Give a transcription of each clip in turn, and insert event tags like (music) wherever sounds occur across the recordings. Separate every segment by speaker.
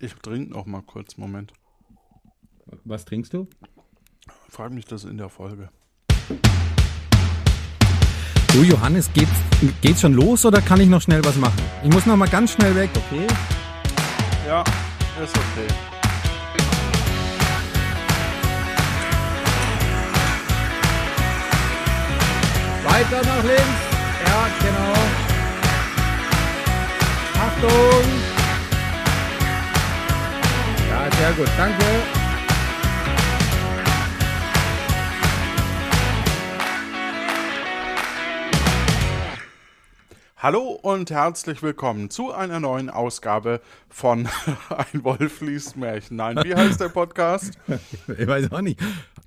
Speaker 1: Ich trinke noch mal kurz, Moment.
Speaker 2: Was trinkst du?
Speaker 1: Frag mich das in der Folge.
Speaker 2: Du Johannes, geht's, geht's schon los oder kann ich noch schnell was machen? Ich muss noch mal ganz schnell weg, okay?
Speaker 1: Ja, ist okay.
Speaker 2: Weiter nach links. Ja, genau. Achtung. Ja, sehr gut. Danke.
Speaker 1: Hallo und herzlich willkommen zu einer neuen Ausgabe von (laughs) Ein Wolf liest Märchen. Nein, wie heißt der Podcast?
Speaker 2: Ich weiß auch nicht.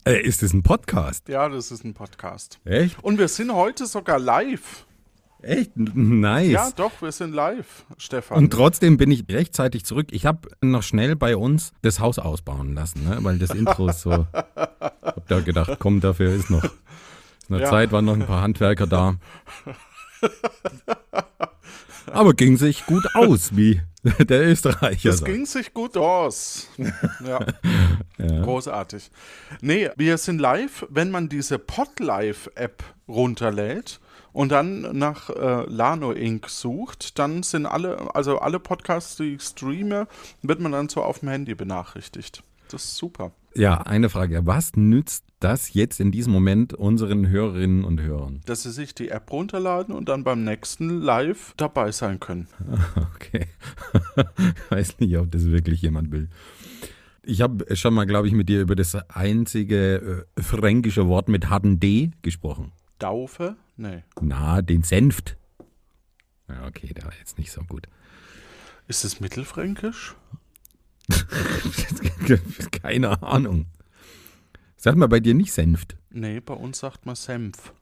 Speaker 2: Äh, Ist das ein Podcast?
Speaker 1: Ja, das ist ein Podcast.
Speaker 2: Echt?
Speaker 1: Und wir sind heute sogar live.
Speaker 2: Echt? N- Nice.
Speaker 1: Ja, doch, wir sind live, Stefan.
Speaker 2: Und trotzdem bin ich rechtzeitig zurück. Ich habe noch schnell bei uns das Haus ausbauen lassen, ne? weil das Intro ist so.
Speaker 1: (laughs)
Speaker 2: Hab da gedacht, komm, dafür ist noch. In der
Speaker 1: Ja.
Speaker 2: Zeit waren noch ein paar Handwerker da. Aber ging sich gut aus, wie der Österreicher
Speaker 1: Es
Speaker 2: sagt.
Speaker 1: ging sich gut aus. Ja. Großartig. Nee, wir sind live, wenn man diese Podlife-App runterlädt und dann nach äh, Lano Inc. sucht, dann sind alle, also alle Podcasts, die ich streame, wird man dann so auf dem Handy benachrichtigt. Das ist super.
Speaker 2: Ja, eine Frage. Was nützt das jetzt in diesem Moment unseren Hörerinnen und Hörern?
Speaker 1: Dass sie sich die App runterladen und dann beim nächsten Live dabei sein können.
Speaker 2: Okay. (laughs) ich weiß nicht, ob das wirklich jemand will. Ich habe schon mal, glaube ich, mit dir über das einzige äh, fränkische Wort mit harten D gesprochen.
Speaker 1: Daufe? Nee.
Speaker 2: Na, den Senft. Ja, okay, da war jetzt nicht so gut. (laughs)
Speaker 1: Ist es mittelfränkisch?
Speaker 2: Keine Ahnung. Sag mal bei dir nicht Senft.
Speaker 1: Nee, bei uns sagt man Senf.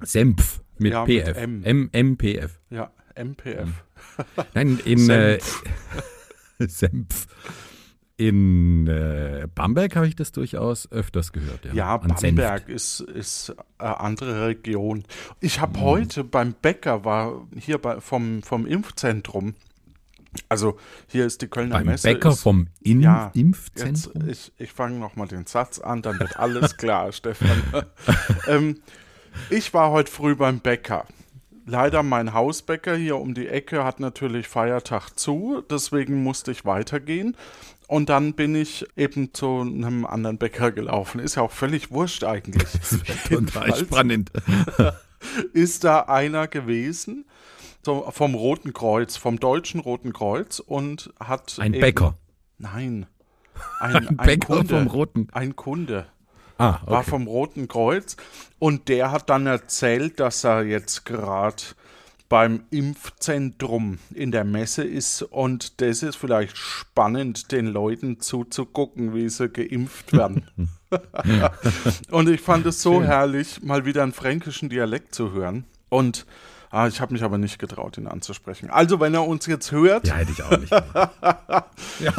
Speaker 2: Senf mit
Speaker 1: Ja, mit
Speaker 2: PF.
Speaker 1: M.
Speaker 2: M. MPF.
Speaker 1: Ja, MPF.
Speaker 2: Nein, in Senf. (laughs) Äh, Senf. In äh, Bamberg habe ich das durchaus öfters gehört. Ja,
Speaker 1: Ja,
Speaker 2: An Senft.
Speaker 1: Bamberg ist, ist eine andere Region. Ich
Speaker 2: Mhm.
Speaker 1: habe heute beim Bäcker, war hier bei, vom, vom Impfzentrum, also hier ist die Kölner
Speaker 2: Beim
Speaker 1: Messe.
Speaker 2: Bäcker
Speaker 1: ist,
Speaker 2: vom In
Speaker 1: Ja, jetzt,
Speaker 2: Impfzentrum?
Speaker 1: ich ich fange nochmal den Satz an, dann wird
Speaker 2: (laughs)
Speaker 1: alles klar, Stefan. ähm, ich war heute früh beim Bäcker. Leider mein Hausbäcker hier um die Ecke hat natürlich Feiertag zu, deswegen musste ich weitergehen. Und dann bin ich eben zu einem anderen Bäcker gelaufen. Ist ja auch völlig wurscht eigentlich.
Speaker 2: (laughs) Total
Speaker 1: Jedenfalls
Speaker 2: spannend.
Speaker 1: ist da einer gewesen so vom Roten Kreuz, vom Deutschen Roten Kreuz und hat
Speaker 2: Ein
Speaker 1: eben-
Speaker 2: Bäcker.
Speaker 1: Nein,
Speaker 2: (laughs)
Speaker 1: ein, ein
Speaker 2: Bäcker
Speaker 1: Kunde,
Speaker 2: vom Roten.
Speaker 1: Ein Kunde
Speaker 2: Ah,
Speaker 1: war
Speaker 2: okay.
Speaker 1: vom Roten Kreuz und der hat dann erzählt, dass er jetzt gerade beim Impfzentrum in der Messe ist und das ist vielleicht spannend, den Leuten zuzugucken, wie sie geimpft werden. (laughs) und ich fand es so herrlich, mal wieder einen fränkischen Dialekt zu hören. Und ah, ich habe mich aber nicht getraut, ihn anzusprechen. Also, wenn er uns jetzt hört,
Speaker 2: Ja, hätte ich auch
Speaker 1: (laughs)
Speaker 2: nicht. ja,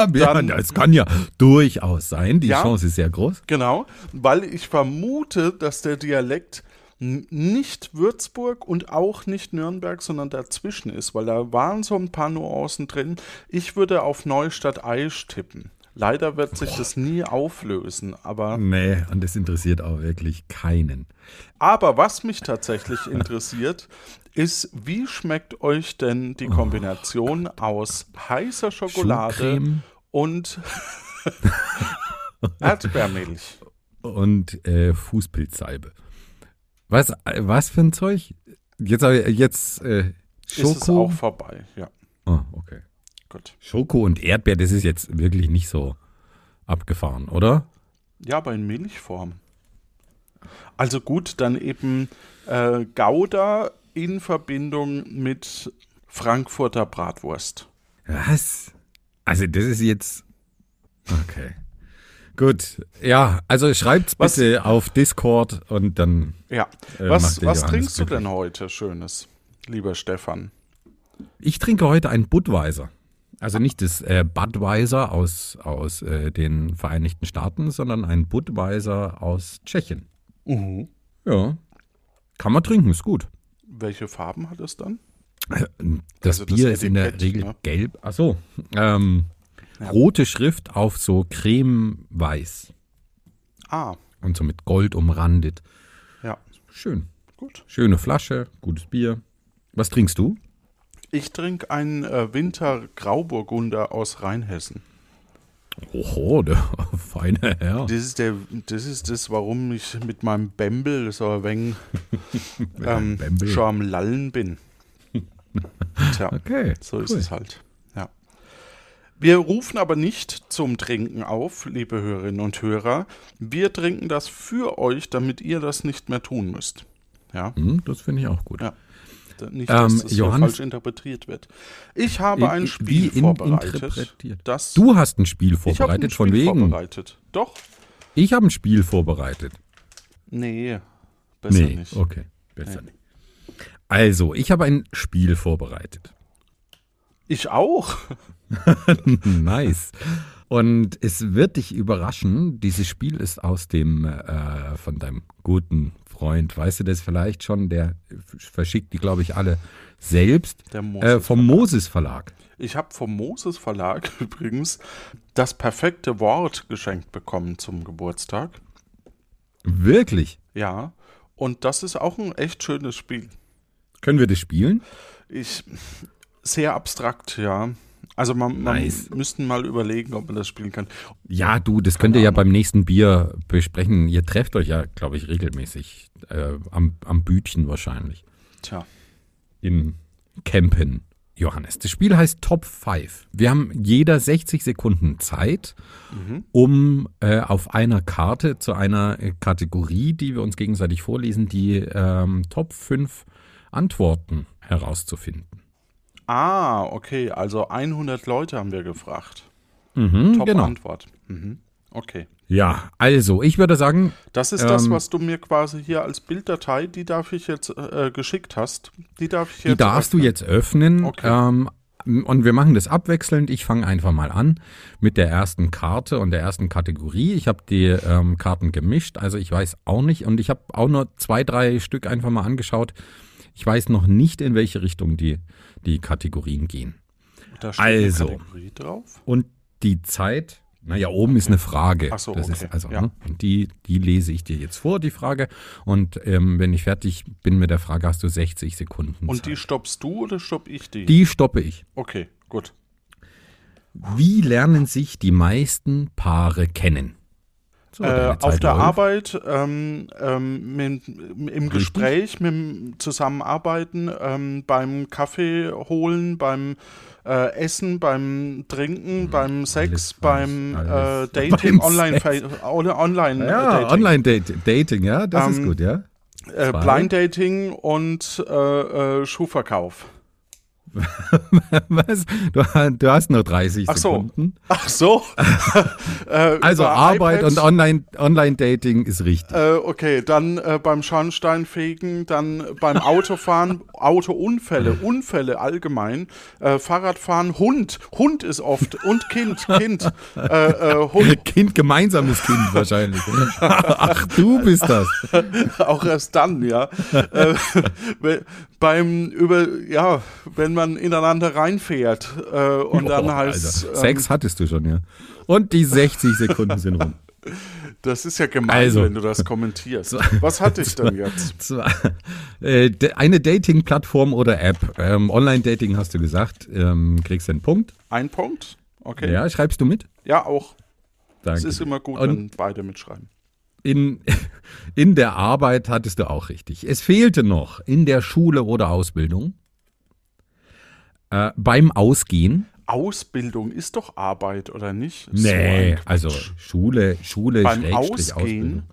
Speaker 2: ja, das kann ja durchaus sein. Die
Speaker 1: Ja.
Speaker 2: Chance ist sehr groß.
Speaker 1: Genau, weil ich vermute, dass der Dialekt n- nicht Würzburg und auch nicht Nürnberg, sondern dazwischen ist, weil da waren so ein paar Nuancen drin. Ich würde auf Neustadt Eisch tippen. Leider wird sich das nie auflösen, aber,
Speaker 2: Nee, und das interessiert auch wirklich keinen.
Speaker 1: aber was mich tatsächlich interessiert, ist, wie schmeckt euch denn
Speaker 2: Oh
Speaker 1: die Kombination aus heißer Schokolade
Speaker 2: Schuhcreme.
Speaker 1: und
Speaker 2: (laughs)
Speaker 1: (laughs) Erdbeermilch?
Speaker 2: und äh, Fußpilzsalbe. Was, äh, was für ein Zeug? Jetzt, hab ich- jetzt äh, Schoko.
Speaker 1: Ist es auch vorbei? Ja,
Speaker 2: Ah, okay.
Speaker 1: gut.
Speaker 2: Schoko und Erdbeer, das ist jetzt wirklich nicht so abgefahren, oder?
Speaker 1: Ja, aber in Milchform. Also gut, dann eben äh, Gouda in Verbindung mit Frankfurter Bratwurst.
Speaker 2: Was? Also das ist jetzt. Okay. Gut. Ja, also schreibt's
Speaker 1: Was-
Speaker 2: bitte auf Discord und dann.
Speaker 1: Ja.
Speaker 2: Äh, macht
Speaker 1: was
Speaker 2: der
Speaker 1: was
Speaker 2: Johannes
Speaker 1: trinkst du
Speaker 2: glücklich.
Speaker 1: denn heute Schönes, lieber Stefan?
Speaker 2: Ich trinke heute einen Budweiser. Also nicht das äh, Budweiser aus, aus äh, den Vereinigten Staaten, sondern einen Budweiser aus Tschechien. Ja. Kann man trinken, ist gut.
Speaker 1: Welche Farben hat es dann?
Speaker 2: Das
Speaker 1: Also das
Speaker 2: Bier ist in der
Speaker 1: Etikett,
Speaker 2: Regel
Speaker 1: ne?
Speaker 2: gelb. Ach so. Ähm, rote Schrift auf so cremeweiß
Speaker 1: Ah,
Speaker 2: und so mit Gold umrandet.
Speaker 1: ja,
Speaker 2: Schön.
Speaker 1: gut.
Speaker 2: Schöne Flasche, gutes Bier. Was trinkst du?
Speaker 1: Ich trinke einen äh, Winter-Grauburgunder aus Rheinhessen.
Speaker 2: Oho, der (laughs) feine Herr.
Speaker 1: Das ist, der, das ist das, warum ich mit meinem Bembel so ein
Speaker 2: (laughs)
Speaker 1: wenig ähm,
Speaker 2: Bembel.
Speaker 1: schon am Lallen
Speaker 2: (laughs)
Speaker 1: bin. Tja,
Speaker 2: Okay,
Speaker 1: so ist
Speaker 2: cool.
Speaker 1: es halt. Ja. Wir rufen aber nicht zum Trinken auf, liebe Hörerinnen und Hörer. Wir trinken das für euch, damit ihr das nicht mehr tun müsst. Ja,
Speaker 2: Hm, das finde ich auch gut.
Speaker 1: Ja. nicht, dass
Speaker 2: Ähm,
Speaker 1: das hier
Speaker 2: Johannes-
Speaker 1: falsch interpretiert wird. Ich habe
Speaker 2: Wie-
Speaker 1: ein
Speaker 2: wie
Speaker 1: Spiel
Speaker 2: in-
Speaker 1: vorbereitet.
Speaker 2: interpretiert?
Speaker 1: Das
Speaker 2: Du hast ein
Speaker 1: ich
Speaker 2: Spiel
Speaker 1: habe
Speaker 2: vorbereitet,
Speaker 1: ein Spiel
Speaker 2: von wegen.
Speaker 1: vorbereitet. Doch,
Speaker 2: Ich habe ein Spiel vorbereitet.
Speaker 1: nee, besser
Speaker 2: nee,
Speaker 1: nicht.
Speaker 2: okay, besser nicht. Also, ich habe ein Spiel vorbereitet.
Speaker 1: Ich auch.
Speaker 2: nice. Und es wird dich überraschen, dieses Spiel ist aus dem, äh, von deinem guten Freund, weißt du das vielleicht schon, der verschickt die, glaube ich, alle selbst,
Speaker 1: Der Moses
Speaker 2: äh, vom Moses Verlag.
Speaker 1: Ich habe vom Moses Verlag (laughs) übrigens das perfekte Wort geschenkt bekommen zum Geburtstag.
Speaker 2: Wirklich?
Speaker 1: Ja, und das ist auch ein echt schönes Spiel.
Speaker 2: Können wir das spielen?
Speaker 1: Ich sehr abstrakt, ja. Also man, man
Speaker 2: Nice.
Speaker 1: müssten mal überlegen, ob man das spielen kann.
Speaker 2: Ja, du, das könnt ihr ja beim nächsten Bier besprechen. Ihr trefft euch ja, glaube ich, regelmäßig äh, am, am Bütchen wahrscheinlich.
Speaker 1: Tja,
Speaker 2: in Campen, Johannes. Das Spiel heißt Top 5. Wir haben jeder 60 Sekunden Zeit, um äh, auf einer Karte zu einer äh, Kategorie, die wir uns gegenseitig vorlesen, die ähm, Top 5 Antworten herauszufinden.
Speaker 1: ah, okay, also 100 Leute haben wir gefragt.
Speaker 2: Mhm,
Speaker 1: Top
Speaker 2: genau.
Speaker 1: Antwort. Mhm. Okay,
Speaker 2: Ja, also ich würde sagen,
Speaker 1: das ist das,
Speaker 2: Ähm.
Speaker 1: was du mir quasi hier als Bilddatei, die darf ich jetzt äh, geschickt hast, die darf ich
Speaker 2: die
Speaker 1: jetzt
Speaker 2: darfst du jetzt öffnen.
Speaker 1: Okay.
Speaker 2: Ähm, und wir machen das abwechselnd. Ich fange einfach mal an mit der ersten Karte und der ersten Kategorie. Ich habe die ähm, Karten gemischt, also ich weiß auch nicht. Und ich habe auch nur zwei, drei Stück einfach mal angeschaut. Ich weiß noch nicht, in welche Richtung die, die Kategorien gehen.
Speaker 1: Da steht eine
Speaker 2: Also.
Speaker 1: Kategorie drauf.
Speaker 2: Und die Zeit, naja, oben ist eine Frage.
Speaker 1: Ach so,
Speaker 2: das
Speaker 1: okay.
Speaker 2: ist also,
Speaker 1: Ja.
Speaker 2: ne? Und die, die lese ich dir jetzt vor, die Frage. Und ähm, wenn ich fertig bin mit der Frage, hast du 60 Sekunden.
Speaker 1: Und die
Speaker 2: Zeit.
Speaker 1: stoppst du oder stopp ich die?
Speaker 2: die stoppe ich.
Speaker 1: Okay, gut.
Speaker 2: Wie lernen sich die meisten Paare kennen? So,
Speaker 1: Äh,
Speaker 2: deine Zeit
Speaker 1: auf der
Speaker 2: läuft.
Speaker 1: Arbeit, ähm, ähm, mit, im Gespräch, mit dem Zusammenarbeiten, ähm, beim Kaffee holen, beim äh, Essen, beim Trinken, beim Sex,
Speaker 2: Mhm. alles,
Speaker 1: beim
Speaker 2: alles.
Speaker 1: äh, Dating,
Speaker 2: Beim
Speaker 1: Online-Dating, online, online, äh,
Speaker 2: Ja,
Speaker 1: Dating,
Speaker 2: Online-Dating, Dating, ja, das ist
Speaker 1: Ähm,
Speaker 2: gut, ja. (laughs)
Speaker 1: äh, Blind Dating und äh, äh, Schuhverkauf.
Speaker 2: Was? Du, du hast nur 30
Speaker 1: Ach so.
Speaker 2: Sekunden.
Speaker 1: Ach so. (laughs) Äh,
Speaker 2: Also
Speaker 1: über
Speaker 2: Arbeit
Speaker 1: iPads.
Speaker 2: und Online- Online-Dating ist richtig.
Speaker 1: Äh, okay, dann äh, beim Schornsteinfegen, dann beim
Speaker 2: (laughs)
Speaker 1: Autofahren, Autounfälle, Unfälle allgemein, äh, Fahrradfahren, Hund, Hund ist oft und Kind, Kind, äh, äh, Hund, (laughs)
Speaker 2: Kind, gemeinsames Kind wahrscheinlich. Ach, du bist das.
Speaker 1: auch erst dann, ja. Äh, be- beim über, ja, wenn man ineinander reinfährt äh, und dann
Speaker 2: Oh,
Speaker 1: heißt,
Speaker 2: Alter.
Speaker 1: ähm,
Speaker 2: Sex hattest du schon, ja. Und die 60 Sekunden sind
Speaker 1: (laughs)
Speaker 2: rum.
Speaker 1: das ist ja gemein,
Speaker 2: Also.
Speaker 1: wenn du das
Speaker 2: (laughs)
Speaker 1: kommentierst. Was hatte ich denn jetzt?
Speaker 2: Zwar, äh, de- eine Dating-Plattform oder App. Ähm, Online-Dating hast du gesagt, ähm, kriegst einen Punkt.
Speaker 1: Ein Punkt? Okay. Ja,
Speaker 2: Ja, schreibst du mit?
Speaker 1: auch.
Speaker 2: Danke.
Speaker 1: Es ist immer gut,
Speaker 2: Und-
Speaker 1: wenn beide mitschreiben.
Speaker 2: in, (laughs) in der Arbeit hattest du auch richtig. Es fehlte noch in der Schule oder Ausbildung. Äh, beim Ausgehen.
Speaker 1: Ausbildung ist doch Arbeit, oder nicht?
Speaker 2: Nee,
Speaker 1: So ein-
Speaker 2: also Schule, Schule,
Speaker 1: Beim Ausgehen?
Speaker 2: Schrägstrich, Ausbildung.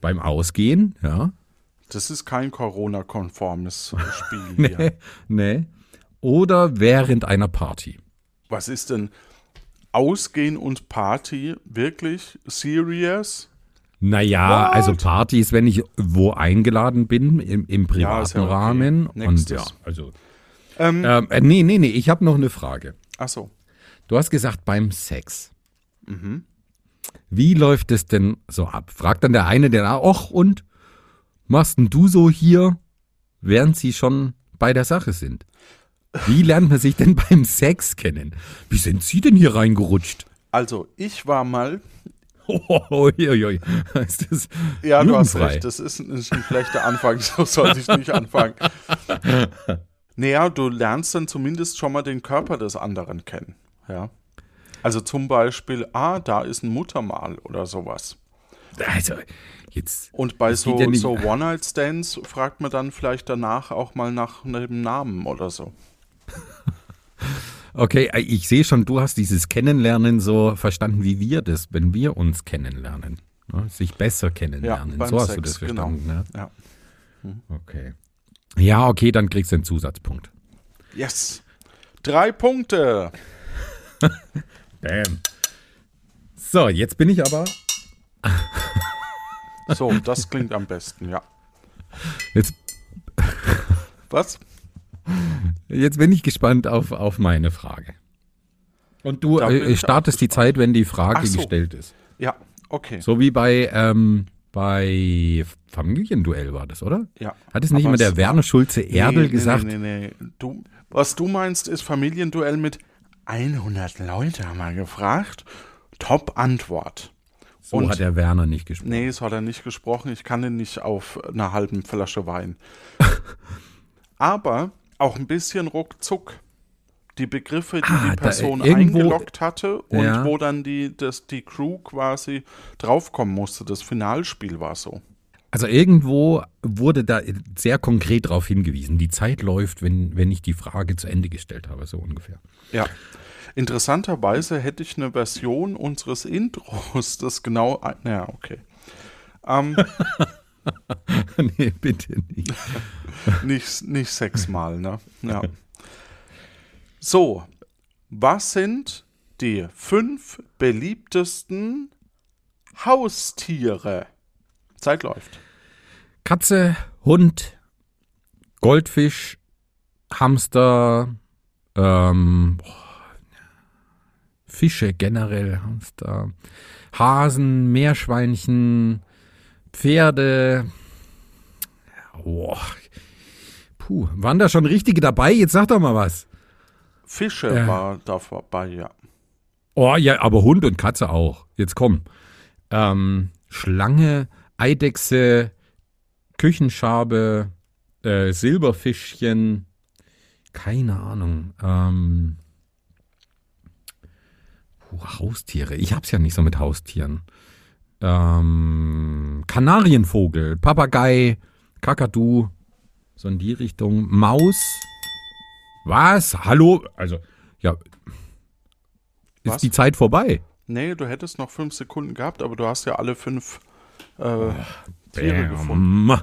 Speaker 2: Beim Ausgehen, ja.
Speaker 1: das ist kein
Speaker 2: (laughs)
Speaker 1: Corona-konformes Spiel. hier.
Speaker 2: nee. Oder während einer Party.
Speaker 1: Was ist denn Ausgehen und Party wirklich serious?
Speaker 2: Naja,
Speaker 1: What?
Speaker 2: also Partys, wenn ich wo eingeladen bin, im, im privaten
Speaker 1: ist ja okay.
Speaker 2: Rahmen. Und
Speaker 1: Nächstes.
Speaker 2: ja, also.
Speaker 1: Ähm.
Speaker 2: Ähm, äh, nee, nee, nee, ich habe noch eine Frage.
Speaker 1: Achso,
Speaker 2: Du hast gesagt, beim Sex.
Speaker 1: Mhm.
Speaker 2: Wie läuft es denn so ab? Fragt dann der eine den, anderen, och, und machst denn du so hier, während sie schon bei der Sache sind? Wie lernt man sich denn (laughs) beim Sex kennen? Wie sind Sie denn hier reingerutscht? (laughs)
Speaker 1: Also, ich war mal.
Speaker 2: Uiuiui. Ist das
Speaker 1: Ja, du hast
Speaker 2: jugendfrei?
Speaker 1: recht, das ist ein, ist ein schlechter Anfang, (laughs) so sollte ich nicht
Speaker 2: (laughs)
Speaker 1: anfangen. Naja, du lernst dann zumindest schon mal den Körper des anderen kennen. Ja. Also zum Beispiel, ah, da ist ein Muttermal oder sowas.
Speaker 2: Also, jetzt.
Speaker 1: Und bei
Speaker 2: geht
Speaker 1: so,
Speaker 2: ja nicht-
Speaker 1: so One-Night-Stands fragt man dann vielleicht danach auch mal nach einem Namen oder so.
Speaker 2: Okay, äh, ich sehe schon, du hast dieses Kennenlernen so verstanden, wie wir das, wenn wir uns kennenlernen. Ne? Sich besser
Speaker 1: Ja,
Speaker 2: kennenlernen.
Speaker 1: beim
Speaker 2: so hast
Speaker 1: Sex,
Speaker 2: du das
Speaker 1: genau.
Speaker 2: verstanden. Ne?
Speaker 1: Ja.
Speaker 2: Okay. Ja, okay, dann kriegst du einen Zusatzpunkt.
Speaker 1: Yes. Drei Punkte.
Speaker 2: Bam. So, jetzt bin ich aber.
Speaker 1: So, das klingt am besten, ja.
Speaker 2: Jetzt,
Speaker 1: Was?
Speaker 2: jetzt bin ich gespannt auf, auf meine Frage. Und du
Speaker 1: Da bin
Speaker 2: äh,
Speaker 1: ich
Speaker 2: startest die Zeit, wenn die Frage
Speaker 1: Ach so.
Speaker 2: gestellt ist.
Speaker 1: Ja, okay.
Speaker 2: So wie bei, ähm, bei Familienduell war das, oder?
Speaker 1: Ja.
Speaker 2: Hat es nicht
Speaker 1: Aber
Speaker 2: immer der
Speaker 1: es-
Speaker 2: Werner Schulze Erdel
Speaker 1: Nee, nee,
Speaker 2: gesagt?
Speaker 1: Nee, nee, nee. Du, was du meinst, ist Familienduell mit 100 Leute haben wir gefragt. Top Antwort.
Speaker 2: So
Speaker 1: Und-
Speaker 2: Oh, hat der Werner nicht gesprochen.
Speaker 1: Nee, so hat er nicht gesprochen. Ich kann ihn nicht auf einer halben Flasche
Speaker 2: (laughs)
Speaker 1: Wein. Aber auch ein bisschen ruckzuck. Die Begriffe, die
Speaker 2: Ah,
Speaker 1: die
Speaker 2: da-
Speaker 1: Person
Speaker 2: irgendwo-
Speaker 1: eingeloggt hatte und
Speaker 2: Ja.
Speaker 1: wo dann die, das, die Crew quasi draufkommen musste. Das Finalspiel war so.
Speaker 2: Also irgendwo wurde da sehr konkret darauf hingewiesen. Die Zeit läuft, wenn, wenn ich die Frage zu Ende gestellt habe, so ungefähr. (laughs)
Speaker 1: Ja. Interessanterweise hätte ich eine Version unseres Intros, das genau. Naja, okay. Ähm,
Speaker 2: nee, bitte nicht.
Speaker 1: nicht, nicht sechsmal, ne? Ja. So, was sind die fünf beliebtesten Haustiere? Zeit läuft.
Speaker 2: Katze, Hund, Goldfisch, Hamster, ähm, boah, Fische generell, Hamster, Hasen, Meerschweinchen, Pferde. Boah. Puh, waren da schon richtige dabei? Jetzt sag doch mal was.
Speaker 1: Fische
Speaker 2: Ja.
Speaker 1: war da vorbei, ja.
Speaker 2: Oh ja, aber Hund und Katze auch. Jetzt komm. Ähm, Schlange, Eidechse, Küchenschabe, äh, Silberfischchen. Keine Ahnung. Ähm, puh, Haustiere. Ich hab's ja nicht so mit Haustieren. Ähm, Kanarienvogel, Papagei, Kakadu. So in die Richtung. Maus. Was? Hallo? Also, ja. Ist
Speaker 1: Was?
Speaker 2: die Zeit vorbei?
Speaker 1: Nee, du hättest noch fünf Sekunden gehabt, aber du hast ja alle fünf äh, Tiere gefunden.
Speaker 2: Bam.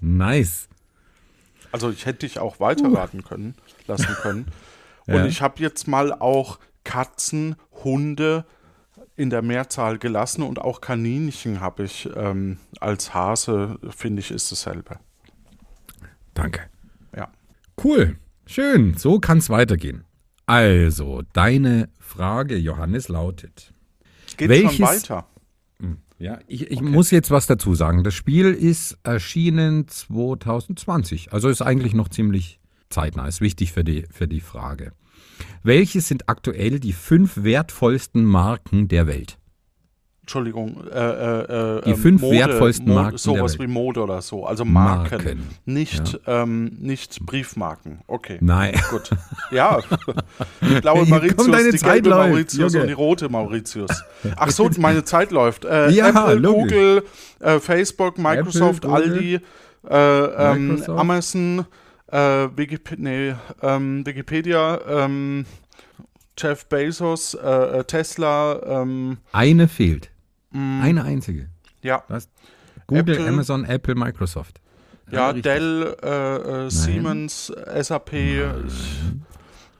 Speaker 2: Nice.
Speaker 1: Also ich hätte dich auch weiterraten können, lassen können. Und
Speaker 2: (laughs) Ja.
Speaker 1: ich habe jetzt mal auch Katzen, Hunde in der Mehrzahl gelassen und auch Kaninchen habe ich ähm, als Hase, finde ich, ist dasselbe.
Speaker 2: Danke.
Speaker 1: Ja.
Speaker 2: Cool. Schön. So kann's weitergehen. Also, deine Frage, Johannes, lautet.
Speaker 1: Geht
Speaker 2: Welches-
Speaker 1: schon weiter.
Speaker 2: Ja, ich, ich muss jetzt was dazu sagen. Das Spiel ist erschienen 2020, also ist eigentlich noch ziemlich zeitnah, ist wichtig für die, für die Frage. Welche sind aktuell die fünf wertvollsten Marken der Welt?
Speaker 1: Entschuldigung, äh, äh, äh,
Speaker 2: Die
Speaker 1: äh,
Speaker 2: fünf wertvollsten Marken der
Speaker 1: Sowas
Speaker 2: Welt.
Speaker 1: wie Mode oder so, also Marken,
Speaker 2: Marken,
Speaker 1: Nicht, ähm, nicht Briefmarken. Okay,
Speaker 2: Nein. (laughs)
Speaker 1: gut. Ja, blaue
Speaker 2: Hier
Speaker 1: Mauritius,
Speaker 2: kommt deine
Speaker 1: die
Speaker 2: Zeit
Speaker 1: gelbe
Speaker 2: läuft,
Speaker 1: Mauritius
Speaker 2: Junge.
Speaker 1: und die rote
Speaker 2: (laughs)
Speaker 1: Mauritius. Ach so, meine Zeit läuft. Äh,
Speaker 2: Ja,
Speaker 1: Apple,
Speaker 2: logisch.
Speaker 1: Google, äh, Facebook, Microsoft,
Speaker 2: Google,
Speaker 1: Aldi, äh, ähm,
Speaker 2: Microsoft.
Speaker 1: Amazon, äh, Wikip nee, ähm, Wikipedia, ähm, Jeff Bezos, äh, äh, Tesla, ähm,
Speaker 2: Eine fehlt. Eine einzige.
Speaker 1: ja,
Speaker 2: Was? Google,
Speaker 1: Mm. Apple.
Speaker 2: Amazon, Apple, Microsoft.
Speaker 1: ja
Speaker 2: Alle richtig.
Speaker 1: Dell, äh, äh, Siemens, SAP. Ich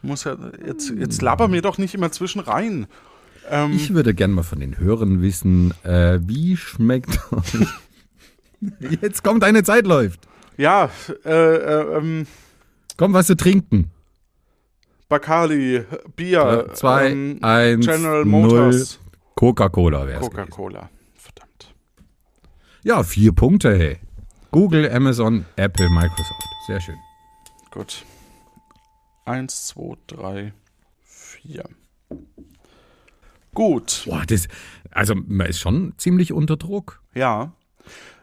Speaker 1: muss ja, jetzt, jetzt laber mir doch nicht immer zwischen rein. Ähm,
Speaker 2: Ich würde gerne mal von den Hörern wissen, äh, wie schmeckt euch. (laughs) Jetzt kommt deine Zeit läuft.
Speaker 1: Ja, äh, äh, ähm,
Speaker 2: Komm, was zu trinken.
Speaker 1: Bacardi, Bier,
Speaker 2: Äh, zwei,
Speaker 1: ähm,
Speaker 2: eins,
Speaker 1: General
Speaker 2: null.
Speaker 1: Motors,
Speaker 2: Coca-Cola wäre es.
Speaker 1: Coca-Cola. Verdammt.
Speaker 2: Ja, vier Punkte, hey. Google, Amazon, Apple, Microsoft. Sehr schön.
Speaker 1: Gut. Eins, zwei, drei, vier. Gut,
Speaker 2: Boah, das, also man ist schon ziemlich unter Druck. (laughs)
Speaker 1: ja.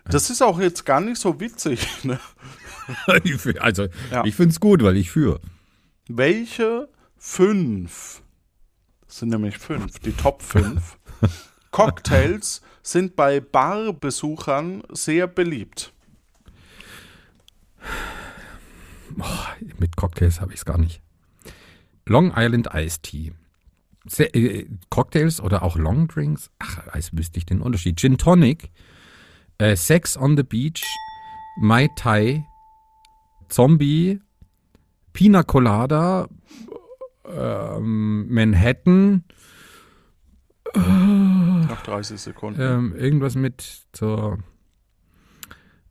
Speaker 1: Das ist auch jetzt gar nicht so witzig. (laughs) Ne?
Speaker 2: Ich fü- also
Speaker 1: Ja.
Speaker 2: ich finde es gut, weil ich führe.
Speaker 1: Welche fünf, das sind nämlich fünf, die Top
Speaker 2: (laughs)
Speaker 1: 5, Cocktails sind bei Barbesuchern sehr beliebt?
Speaker 2: Mit Cocktails habe ich es gar nicht. Long Island Iced Tea. Sehr, äh, Cocktails oder auch Long Drinks. Ach, als wüsste ich den Unterschied. Gin Tonic, äh, Sex on the Beach, Mai Tai, Zombie, Pina Colada, ähm, Manhattan,
Speaker 1: Nach 30 Sekunden.
Speaker 2: ähm, irgendwas mit zur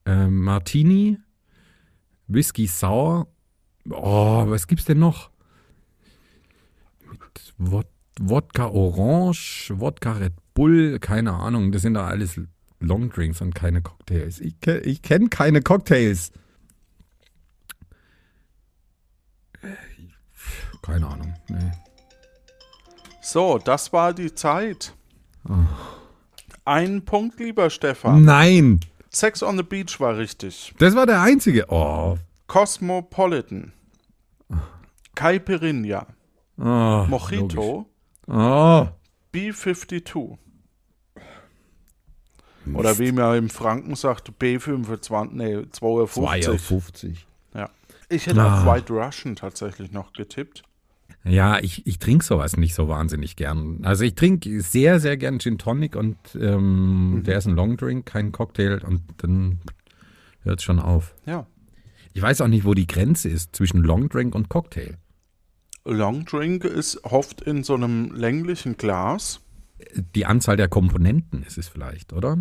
Speaker 2: ähm, Martini, Whisky Sour. Oh, was gibt's denn noch? Mit Wod Wodka Orange, Wodka Red Bull, keine Ahnung. Das sind da alles Longdrinks und keine Cocktails. Ich, ke- ich kenne keine Cocktails. Keine Ahnung. Nee.
Speaker 1: So, das war die Zeit. Ein Punkt, lieber
Speaker 2: Hm.
Speaker 1: Stefan.
Speaker 2: Nein,
Speaker 1: Sex on the Beach war richtig.
Speaker 2: das war der einzige. Oh,
Speaker 1: Cosmopolitan. Caipirinha.
Speaker 2: oh logisch.
Speaker 1: Mojito.
Speaker 2: Oh.
Speaker 1: B52. Oder wie man im Franken sagt, B25, nee, 52.
Speaker 2: 52.
Speaker 1: Ja. Ich hätte
Speaker 2: Ah.
Speaker 1: auf White Russian tatsächlich noch getippt.
Speaker 2: Ja, ich, ich trinke sowas nicht so wahnsinnig gern. Also ich trinke sehr, sehr gern Gin Tonic und ähm,
Speaker 1: Mhm.
Speaker 2: der ist ein Long Drink, kein Cocktail und dann hört es schon auf.
Speaker 1: Ja.
Speaker 2: Ich weiß auch nicht, wo die Grenze ist zwischen Long Drink und Cocktail.
Speaker 1: Long Drink ist oft in so einem länglichen Glas.
Speaker 2: Die Anzahl der Komponenten ist es vielleicht, oder?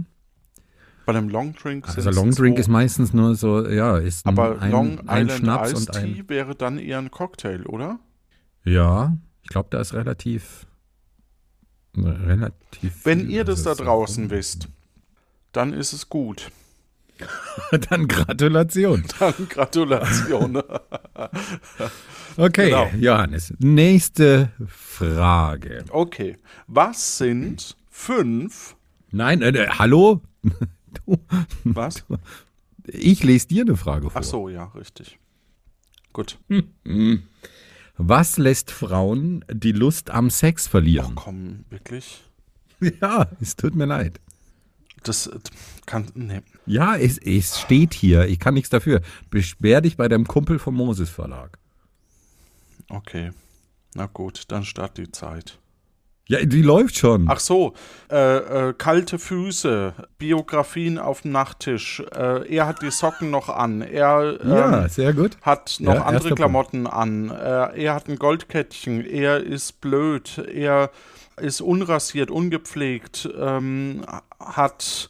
Speaker 1: Bei einem Long Drink sind
Speaker 2: Also Long
Speaker 1: es
Speaker 2: Drink
Speaker 1: zwei.
Speaker 2: ist meistens nur so, ja, ist ein-
Speaker 1: Aber
Speaker 2: ein,
Speaker 1: Long
Speaker 2: ein
Speaker 1: Island
Speaker 2: Schnaps
Speaker 1: Iced
Speaker 2: und ein...
Speaker 1: Tea wäre dann eher ein Cocktail, oder?
Speaker 2: Ja, ich glaube, da ist relativ... relativ
Speaker 1: Wenn
Speaker 2: viel.
Speaker 1: ihr das
Speaker 2: Also
Speaker 1: da
Speaker 2: es-
Speaker 1: draußen wisst, dann ist es gut.
Speaker 2: (laughs)
Speaker 1: (laughs)
Speaker 2: Dann Gratulation.
Speaker 1: Dann
Speaker 2: (laughs)
Speaker 1: Gratulation.
Speaker 2: Okay,
Speaker 1: Genau.
Speaker 2: Johannes. Nächste Frage.
Speaker 1: Okay. Was sind fünf?
Speaker 2: Nein, äh, äh, hallo? Du,
Speaker 1: Was?
Speaker 2: ich lese dir eine Frage Hm. vor. Hm.
Speaker 1: Ach so, ja, richtig. Gut.
Speaker 2: Was lässt Frauen die Lust am Sex verlieren?
Speaker 1: Komm, wirklich.
Speaker 2: ja, es tut mir leid.
Speaker 1: Das äh, kann. Nee.
Speaker 2: Ja, es, es steht hier. Ich kann nichts dafür. Beschwer dich bei deinem Kumpel vom Moses Verlag.
Speaker 1: Okay. Na gut, dann start die Zeit.
Speaker 2: Ja, die läuft schon.
Speaker 1: Ach so, äh, äh, kalte Füße, Biografien auf dem Nachttisch. Äh, er hat die Socken noch an. Er ähm,
Speaker 2: ja, sehr gut.
Speaker 1: hat noch
Speaker 2: Ja, erster
Speaker 1: andere
Speaker 2: Punkt.
Speaker 1: Klamotten an. Äh, er hat ein Goldkettchen. Er ist blöd. Er ist unrasiert, ungepflegt. Ähm, hat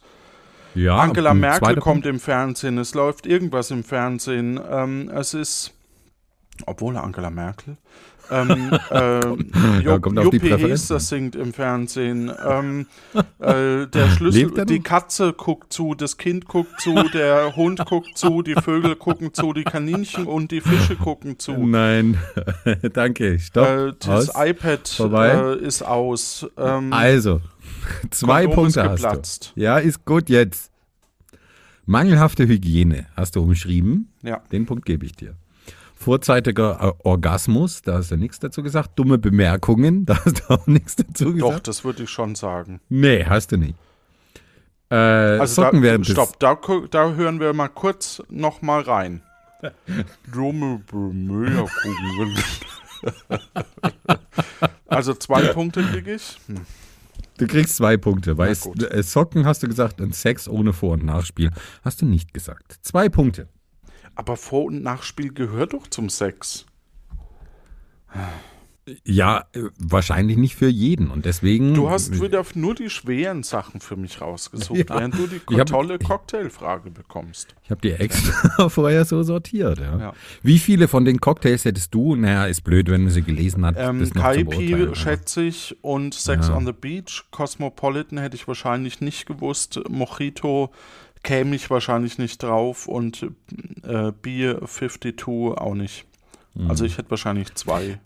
Speaker 2: Ja,
Speaker 1: Angela
Speaker 2: ein
Speaker 1: Merkel
Speaker 2: zweiter
Speaker 1: kommt im Fernsehen. Es läuft irgendwas im Fernsehen. Ähm, es ist, obwohl Angela Merkel.
Speaker 2: (laughs)
Speaker 1: Ähm, äh,
Speaker 2: ja,
Speaker 1: Jupp,
Speaker 2: kommt auf die
Speaker 1: Juppie
Speaker 2: Präferenzen
Speaker 1: Hester
Speaker 2: an.
Speaker 1: singt im Fernsehen. Ähm, äh, der
Speaker 2: (laughs)
Speaker 1: Schlüssel,
Speaker 2: Lebt er noch?
Speaker 1: die Katze guckt zu, das Kind guckt zu, der Hund guckt zu, die Vögel gucken zu, die Kaninchen und die Fische gucken zu.
Speaker 2: Nein, (laughs) danke.
Speaker 1: Äh,
Speaker 2: Stopp.
Speaker 1: das
Speaker 2: Aus.
Speaker 1: iPad
Speaker 2: Vorbei.
Speaker 1: äh, ist aus. Ähm,
Speaker 2: Also, (laughs) zwei
Speaker 1: Kondom ist
Speaker 2: Punkte hast
Speaker 1: geplatzt.
Speaker 2: du. Ja, ist gut jetzt. Mangelhafte Hygiene hast du umschrieben.
Speaker 1: ja,
Speaker 2: Den Punkt gebe ich dir. Vorzeitiger äh, Orgasmus, da hast du nichts dazu gesagt. Dumme Bemerkungen, (laughs) da hast du auch nichts dazu
Speaker 1: doch,
Speaker 2: gesagt.
Speaker 1: das würde ich schon sagen.
Speaker 2: Nee, hast du nicht. Äh,
Speaker 1: Also
Speaker 2: Socken
Speaker 1: da,
Speaker 2: während des-
Speaker 1: stopp, da, ku- da hören wir mal kurz noch mal
Speaker 2: (laughs)
Speaker 1: rein. Dumme Bemerkungen. also zwei Punkte kriege ich. Hm.
Speaker 2: Du kriegst zwei Punkte, weil es,
Speaker 1: gut.
Speaker 2: äh, Socken hast du gesagt und Sex ohne Vor- und Nachspiel hast du nicht gesagt. Zwei Punkte.
Speaker 1: Aber Vor- und Nachspiel gehört doch zum Sex.
Speaker 2: Ja, äh, wahrscheinlich nicht für jeden und deswegen.
Speaker 1: Du hast wieder nur die schweren Sachen für mich rausgesucht,
Speaker 2: (laughs) Ja.
Speaker 1: während du die
Speaker 2: Ich hab-
Speaker 1: tolle Cocktailfrage bekommst.
Speaker 2: Ich habe die extra (laughs) vorher so sortiert. Ja.
Speaker 1: Ja.
Speaker 2: Wie viele von den Cocktails hättest du? Naja, ist blöd, wenn du sie gelesen hast.
Speaker 1: Ähm,
Speaker 2: das noch zu beurteilen,
Speaker 1: Kaipi
Speaker 2: aber-
Speaker 1: schätze ich und Sex on the Beach, Cosmopolitan hätte ich wahrscheinlich nicht gewusst, Mojito käme ich wahrscheinlich nicht drauf und äh, Bier 52 auch nicht.
Speaker 2: Mhm.
Speaker 1: Also ich hätte wahrscheinlich zwei.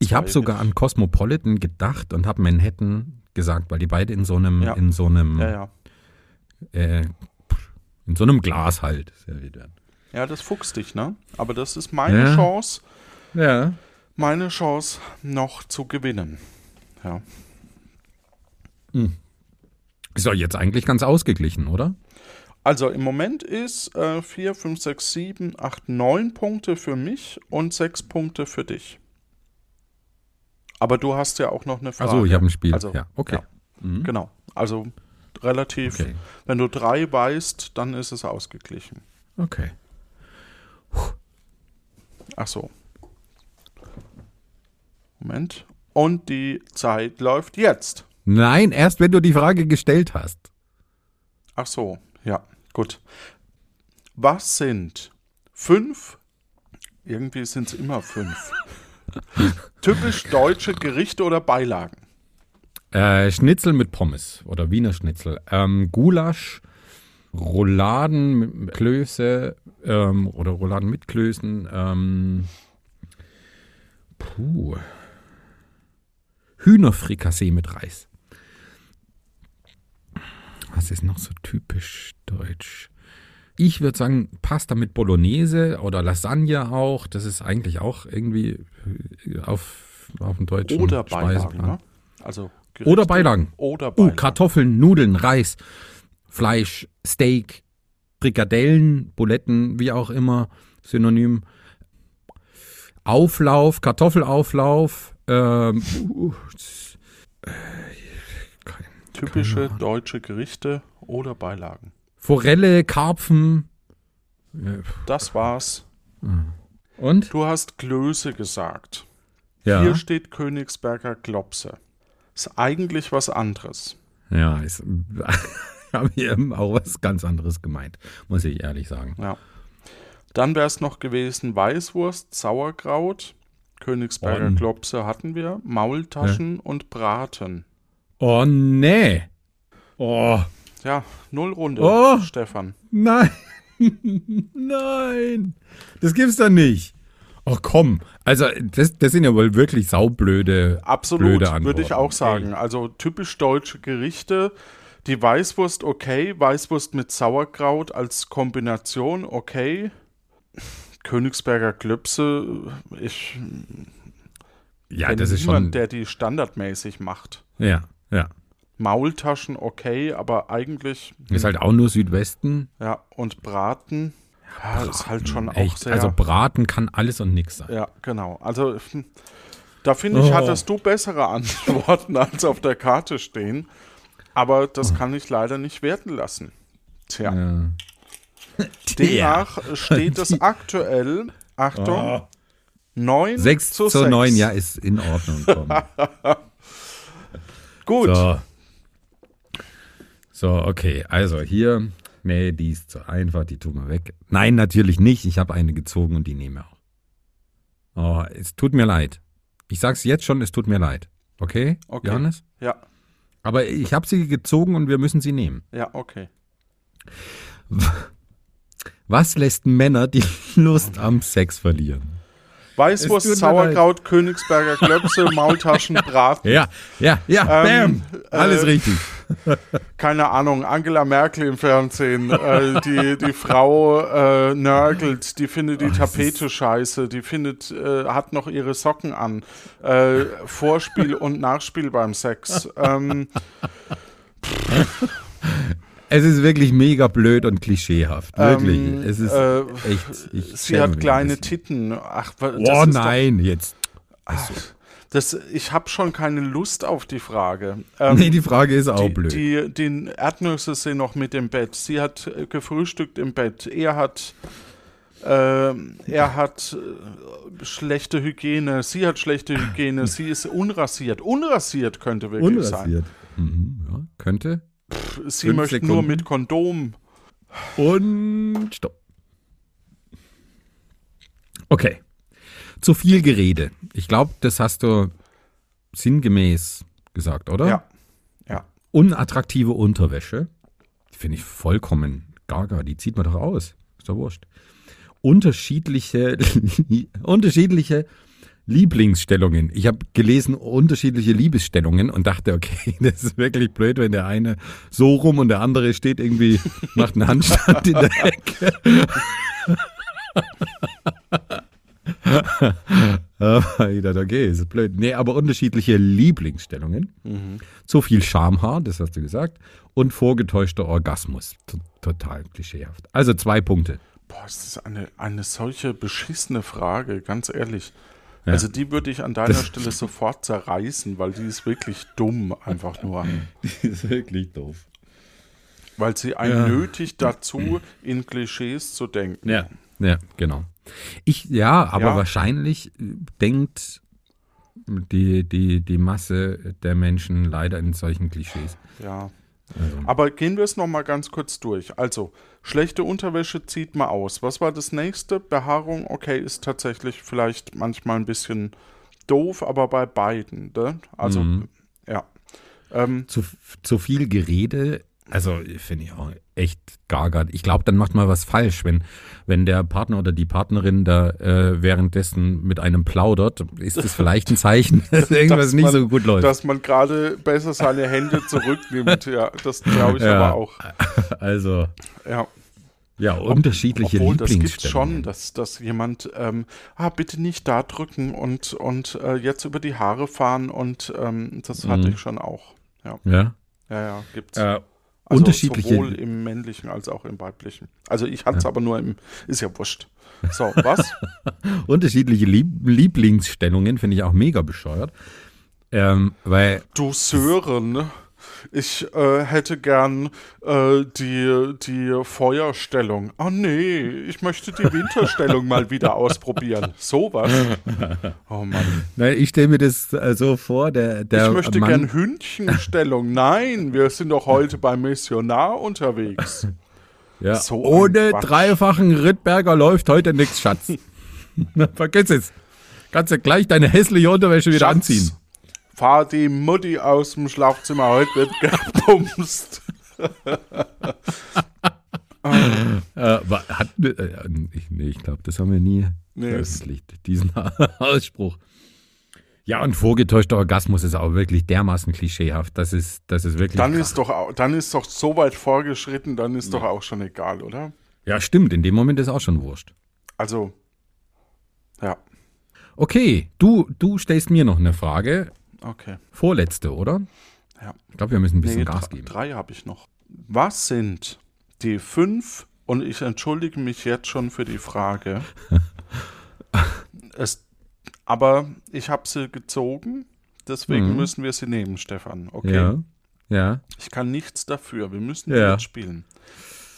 Speaker 2: Ich habe sogar an Cosmopolitan gedacht und habe Manhattan gesagt, weil die beide in so einem,
Speaker 1: Ja.
Speaker 2: in so einem,
Speaker 1: Ja, ja.
Speaker 2: Äh, in so einem Glas halt serviert werden.
Speaker 1: Ja, das fuchst dich, ne? Aber das ist meine
Speaker 2: Ja.
Speaker 1: Chance,
Speaker 2: Ja.
Speaker 1: meine Chance noch zu gewinnen. Ja.
Speaker 2: Ist doch jetzt eigentlich ganz ausgeglichen, oder?
Speaker 1: Also im Moment ist äh, 4, 5, 6, 7, 8, 9 Punkte für mich und 6 Punkte für dich. Aber du hast ja auch noch eine Frage.
Speaker 2: Achso, ich habe ein Spiel.
Speaker 1: Also,
Speaker 2: ja, okay.
Speaker 1: ja. Genau. Also relativ.
Speaker 2: Okay.
Speaker 1: Wenn du drei weißt, dann ist es ausgeglichen.
Speaker 2: Okay.
Speaker 1: Ach so. Moment. Und die Zeit läuft jetzt.
Speaker 2: Nein, erst wenn du die Frage gestellt hast.
Speaker 1: Ach so, ja, gut. Was sind fünf, irgendwie sind es immer
Speaker 2: (laughs)
Speaker 1: fünf, typisch deutsche Gerichte oder Beilagen?
Speaker 2: Äh, Schnitzel mit Pommes oder Wiener Schnitzel. Ähm, Gulasch, Rouladen, mit Klöße ähm, oder Rouladen mit Klößen. Ähm, puh. Hühnerfrikassee mit Reis. Was ist noch so typisch deutsch? Ich würde sagen, Pasta mit Bolognese oder Lasagne auch. Das ist eigentlich auch irgendwie äh, auf, auf dem deutschen
Speaker 1: Oder Beilagen,
Speaker 2: Speiseplan.
Speaker 1: ne? Also Gerichte
Speaker 2: Oder Beilagen.
Speaker 1: Oder
Speaker 2: Uh,
Speaker 1: Beilagen.
Speaker 2: Kartoffeln, Nudeln, Reis, Fleisch, Steak, Frikadellen, Buletten, wie auch immer, Synonym. Auflauf, Kartoffelauflauf, ähm, uh, äh, kein-
Speaker 1: Typische deutsche Gerichte oder Beilagen.
Speaker 2: Forelle, Karpfen. äh,
Speaker 1: Das war's.
Speaker 2: Und?
Speaker 1: Du hast Klöße gesagt. Hier
Speaker 2: Ja,
Speaker 1: steht Königsberger Klopse. Ist eigentlich was anderes.
Speaker 2: ja ist, (laughs) habe ich eben auch was ganz anderes gemeint, muss ich ehrlich sagen.
Speaker 1: Ja. Dann wäre es noch gewesen Weißwurst, Sauerkraut, Königsberger
Speaker 2: Und-
Speaker 1: Klopse hatten wir, Maultaschen und Braten.
Speaker 2: Oh, nee. Oh,
Speaker 1: Ja, Nullrunde,
Speaker 2: Oh!
Speaker 1: Stefan.
Speaker 2: Nein. (laughs) Nein. Das gibt's doch nicht. Ach komm. Also, das, das sind ja wohl wirklich saublöde.
Speaker 1: Absolut,
Speaker 2: blöde
Speaker 1: würde ich
Speaker 2: Antworten.
Speaker 1: auch sagen. Also typisch deutsche Gerichte. Die Weißwurst okay, Weißwurst mit Sauerkraut als Kombination okay. Königsberger Klöpse, ich
Speaker 2: Ja,
Speaker 1: kenne
Speaker 2: das ist
Speaker 1: niemand,
Speaker 2: schon.
Speaker 1: der die standardmäßig macht.
Speaker 2: Ja, ja.
Speaker 1: Maultaschen okay, aber eigentlich
Speaker 2: Ist halt auch nur Südwesten.
Speaker 1: Ja, und Braten. Ja, ist halt schon auch
Speaker 2: Echt.
Speaker 1: sehr.
Speaker 2: Also, Braten kann alles und nix sein.
Speaker 1: ja, genau. Also hm, da finde ich,
Speaker 2: Oh.
Speaker 1: hattest du bessere (laughs) Antworten als auf der Karte stehen. Aber das kann ich leider nicht werten lassen. Tja,
Speaker 2: Ja. (laughs)
Speaker 1: demnach (laughs) steht es aktuell, Achtung,
Speaker 2: Oh.
Speaker 1: neun 9
Speaker 2: 6
Speaker 1: zu,
Speaker 2: zu,
Speaker 1: 6.
Speaker 2: 9, ja, ist in Ordnung. Komm.
Speaker 1: (laughs) Gut,
Speaker 2: So. So, okay. Also hier. Nee, die ist zu einfach, die tun wir weg. Nein, natürlich nicht. Ich habe eine gezogen und die nehme ich auch. Oh, es tut mir leid. Ich sag's jetzt schon, es tut mir leid. Okay,
Speaker 1: Okay.
Speaker 2: Johannes?
Speaker 1: ja,
Speaker 2: Aber ich habe sie gezogen und wir müssen sie nehmen.
Speaker 1: ja, okay.
Speaker 2: Was lässt Männer die (laughs) Lust am Sex verlieren? Es
Speaker 1: Weißwurst,
Speaker 2: tut mir leid.
Speaker 1: Sauerkraut, Königsberger
Speaker 2: (laughs)
Speaker 1: Klöpse, Maultaschen, Braten.
Speaker 2: Ja, ja, ja,
Speaker 1: Ähm,
Speaker 2: bam. Alles
Speaker 1: äh,
Speaker 2: richtig.
Speaker 1: keine Ahnung, Angela Merkel im Fernsehen, äh, die, die Frau äh, nörgelt, die findet
Speaker 2: Oh,
Speaker 1: die Tapete scheiße, die findet, äh, hat noch ihre Socken an. Äh, Vorspiel und Nachspiel beim Sex. Ähm,
Speaker 2: Es ist wirklich mega blöd und klischeehaft. Wirklich.
Speaker 1: Ähm,
Speaker 2: es ist
Speaker 1: äh,
Speaker 2: echt. Ich
Speaker 1: sie
Speaker 2: schäme mich
Speaker 1: hat
Speaker 2: ein
Speaker 1: kleine
Speaker 2: bisschen.
Speaker 1: Titten. Ach, wa- das
Speaker 2: Oh
Speaker 1: ist doch-
Speaker 2: nein, jetzt.
Speaker 1: Das, ich habe schon keine Lust auf die Frage. Ähm,
Speaker 2: Nee, die Frage ist auch
Speaker 1: die,
Speaker 2: Oh, blöd.
Speaker 1: Die, die Erdnüsse sind noch mit im Bett. Sie hat äh, gefrühstückt im Bett. Er hat, ähm, er hat äh, schlechte Hygiene. Sie hat schlechte Hygiene. Sie ist unrasiert. Unrasiert könnte wirklich
Speaker 2: Unrasiert. Mhm, ja, könnte.
Speaker 1: sein. Sie
Speaker 2: Fünf
Speaker 1: möchte
Speaker 2: Sekunden.
Speaker 1: nur mit Kondom.
Speaker 2: Und stopp. Okay. Zu viel Gerede. Ich glaube, das hast du sinngemäß gesagt, oder?
Speaker 1: Ja. Ja.
Speaker 2: Unattraktive Unterwäsche. Die Finde ich vollkommen gaga. Die zieht man doch aus. Ist doch wurscht. unterschiedliche, (laughs) unterschiedliche Lieblingsstellungen. Ich habe gelesen unterschiedliche Liebesstellungen und dachte, okay, (laughs) das ist wirklich blöd, wenn der eine so rum und der andere steht irgendwie, macht einen Handstand in der Ecke. (laughs) Aber ich dachte, okay, ist blöd. Nee, aber unterschiedliche Lieblingsstellungen. Zu viel Schamhaar, das hast du gesagt. Und vorgetäuschter Orgasmus. T total klischeehaft. Also zwei Punkte.
Speaker 1: Boah, ist das eine, eine solche beschissene Frage, ganz ehrlich. Also die würde ich an
Speaker 2: (laughs)
Speaker 1: deiner
Speaker 2: Das-
Speaker 1: Stelle sofort zerreißen, weil die ist wirklich dumm einfach nur.
Speaker 2: (laughs) Das ist wirklich doof.
Speaker 1: Weil sie einen nötigt dazu, in Klischees zu denken.
Speaker 2: Ja. Ja, genau. Ich, ja, aber
Speaker 1: Ja.
Speaker 2: wahrscheinlich äh, denkt die, die, die Masse der Menschen leider in solchen Klischees.
Speaker 1: Ja.
Speaker 2: Also.
Speaker 1: Aber gehen wir es nochmal ganz kurz durch. Also, schlechte Unterwäsche zieht man aus. Was war das nächste? Behaarung, okay, ist tatsächlich vielleicht manchmal ein bisschen doof, aber bei beiden, ne? Also,
Speaker 2: Mhm.
Speaker 1: ja. Ähm,
Speaker 2: Zu, zu viel Gerede, also finde ich auch echt gaga. Ich glaube, dann macht man was falsch, wenn, wenn der Partner oder die Partnerin da äh, währenddessen mit einem plaudert, ist das vielleicht
Speaker 1: (laughs)
Speaker 2: ein Zeichen, dass irgendwas
Speaker 1: dass
Speaker 2: nicht
Speaker 1: man-
Speaker 2: so gut läuft.
Speaker 1: Dass man gerade besser seine Hände
Speaker 2: (laughs)
Speaker 1: zurücknimmt, ja, das glaube ich
Speaker 2: Ja.
Speaker 1: aber auch.
Speaker 2: also,
Speaker 1: Ja.
Speaker 2: ja, unterschiedliche
Speaker 1: Obwohl, das
Speaker 2: Lieblingsstellungen.
Speaker 1: gibt schon, dass, dass jemand, ähm, ah, bitte nicht da drücken und, und äh, jetzt über die Haare fahren und ähm, das hatte ich schon auch. Ja,
Speaker 2: Ja.
Speaker 1: ja, ja gibt's.
Speaker 2: Mhm. Äh,
Speaker 1: Also
Speaker 2: unterschiedliche
Speaker 1: Sowohl im männlichen als auch im weiblichen. Also ich hatte es aber nur im, ist ja
Speaker 2: (laughs)
Speaker 1: wurscht. So, was?
Speaker 2: unterschiedliche Lieb Lieblingsstellungen finde ich auch mega bescheuert. Ähm, weil,
Speaker 1: Du Sören, ich äh, hätte gern äh, die, die Feuerstellung. Oh nee, ich möchte
Speaker 2: (laughs)
Speaker 1: die Winterstellung mal wieder ausprobieren. Sowas. Oh Mann.
Speaker 2: nein, ich stelle mir das äh, so vor, der, der
Speaker 1: Ich möchte
Speaker 2: Äh, Mann,
Speaker 1: gern
Speaker 2: (laughs)
Speaker 1: Hündchenstellung. Nein, wir sind doch heute beim Missionar unterwegs.
Speaker 2: ja,
Speaker 1: so ein
Speaker 2: ohne
Speaker 1: Quatsch.
Speaker 2: dreifachen Rittberger läuft heute
Speaker 1: (laughs)
Speaker 2: nichts, Schatz. Na, Vergiss es. Kannst du gleich deine hässliche Unterwäsche (laughs) wieder
Speaker 1: Schatz,
Speaker 2: anziehen.
Speaker 1: Fahr die Mutti aus dem Schlafzimmer, heute wird
Speaker 2: (laughs)
Speaker 1: gepumst.
Speaker 2: Äh, wa- hat, äh, ich, nee, ich glaube, das haben wir nie
Speaker 1: Nee,
Speaker 2: veröffentlicht, diesen (laughs) Ausspruch. Ja, und vorgetäuschter Orgasmus ist auch wirklich dermaßen klischeehaft. Das ist, das ist wirklich.
Speaker 1: Dann
Speaker 2: krass.
Speaker 1: ist doch au- dann ist doch so weit vorgeschritten, dann ist doch auch schon egal, oder?
Speaker 2: ja, stimmt. In dem Moment ist auch schon wurscht.
Speaker 1: Also ja,
Speaker 2: Okay, du, du stellst mir noch eine Frage.
Speaker 1: okay.
Speaker 2: Vorletzte, oder?
Speaker 1: Ja.
Speaker 2: Ich glaube, wir müssen ein bisschen
Speaker 1: Nee,
Speaker 2: Gas
Speaker 1: dr-
Speaker 2: geben.
Speaker 1: drei habe ich noch. Was sind die fünf und ich entschuldige mich jetzt schon für die
Speaker 2: (laughs)
Speaker 1: Frage. es, aber ich habe sie gezogen, deswegen
Speaker 2: Mhm.
Speaker 1: müssen wir sie nehmen, Stefan. Okay.
Speaker 2: Ja. Ja.
Speaker 1: Ich kann nichts dafür. Wir müssen
Speaker 2: Ja.
Speaker 1: jetzt spielen.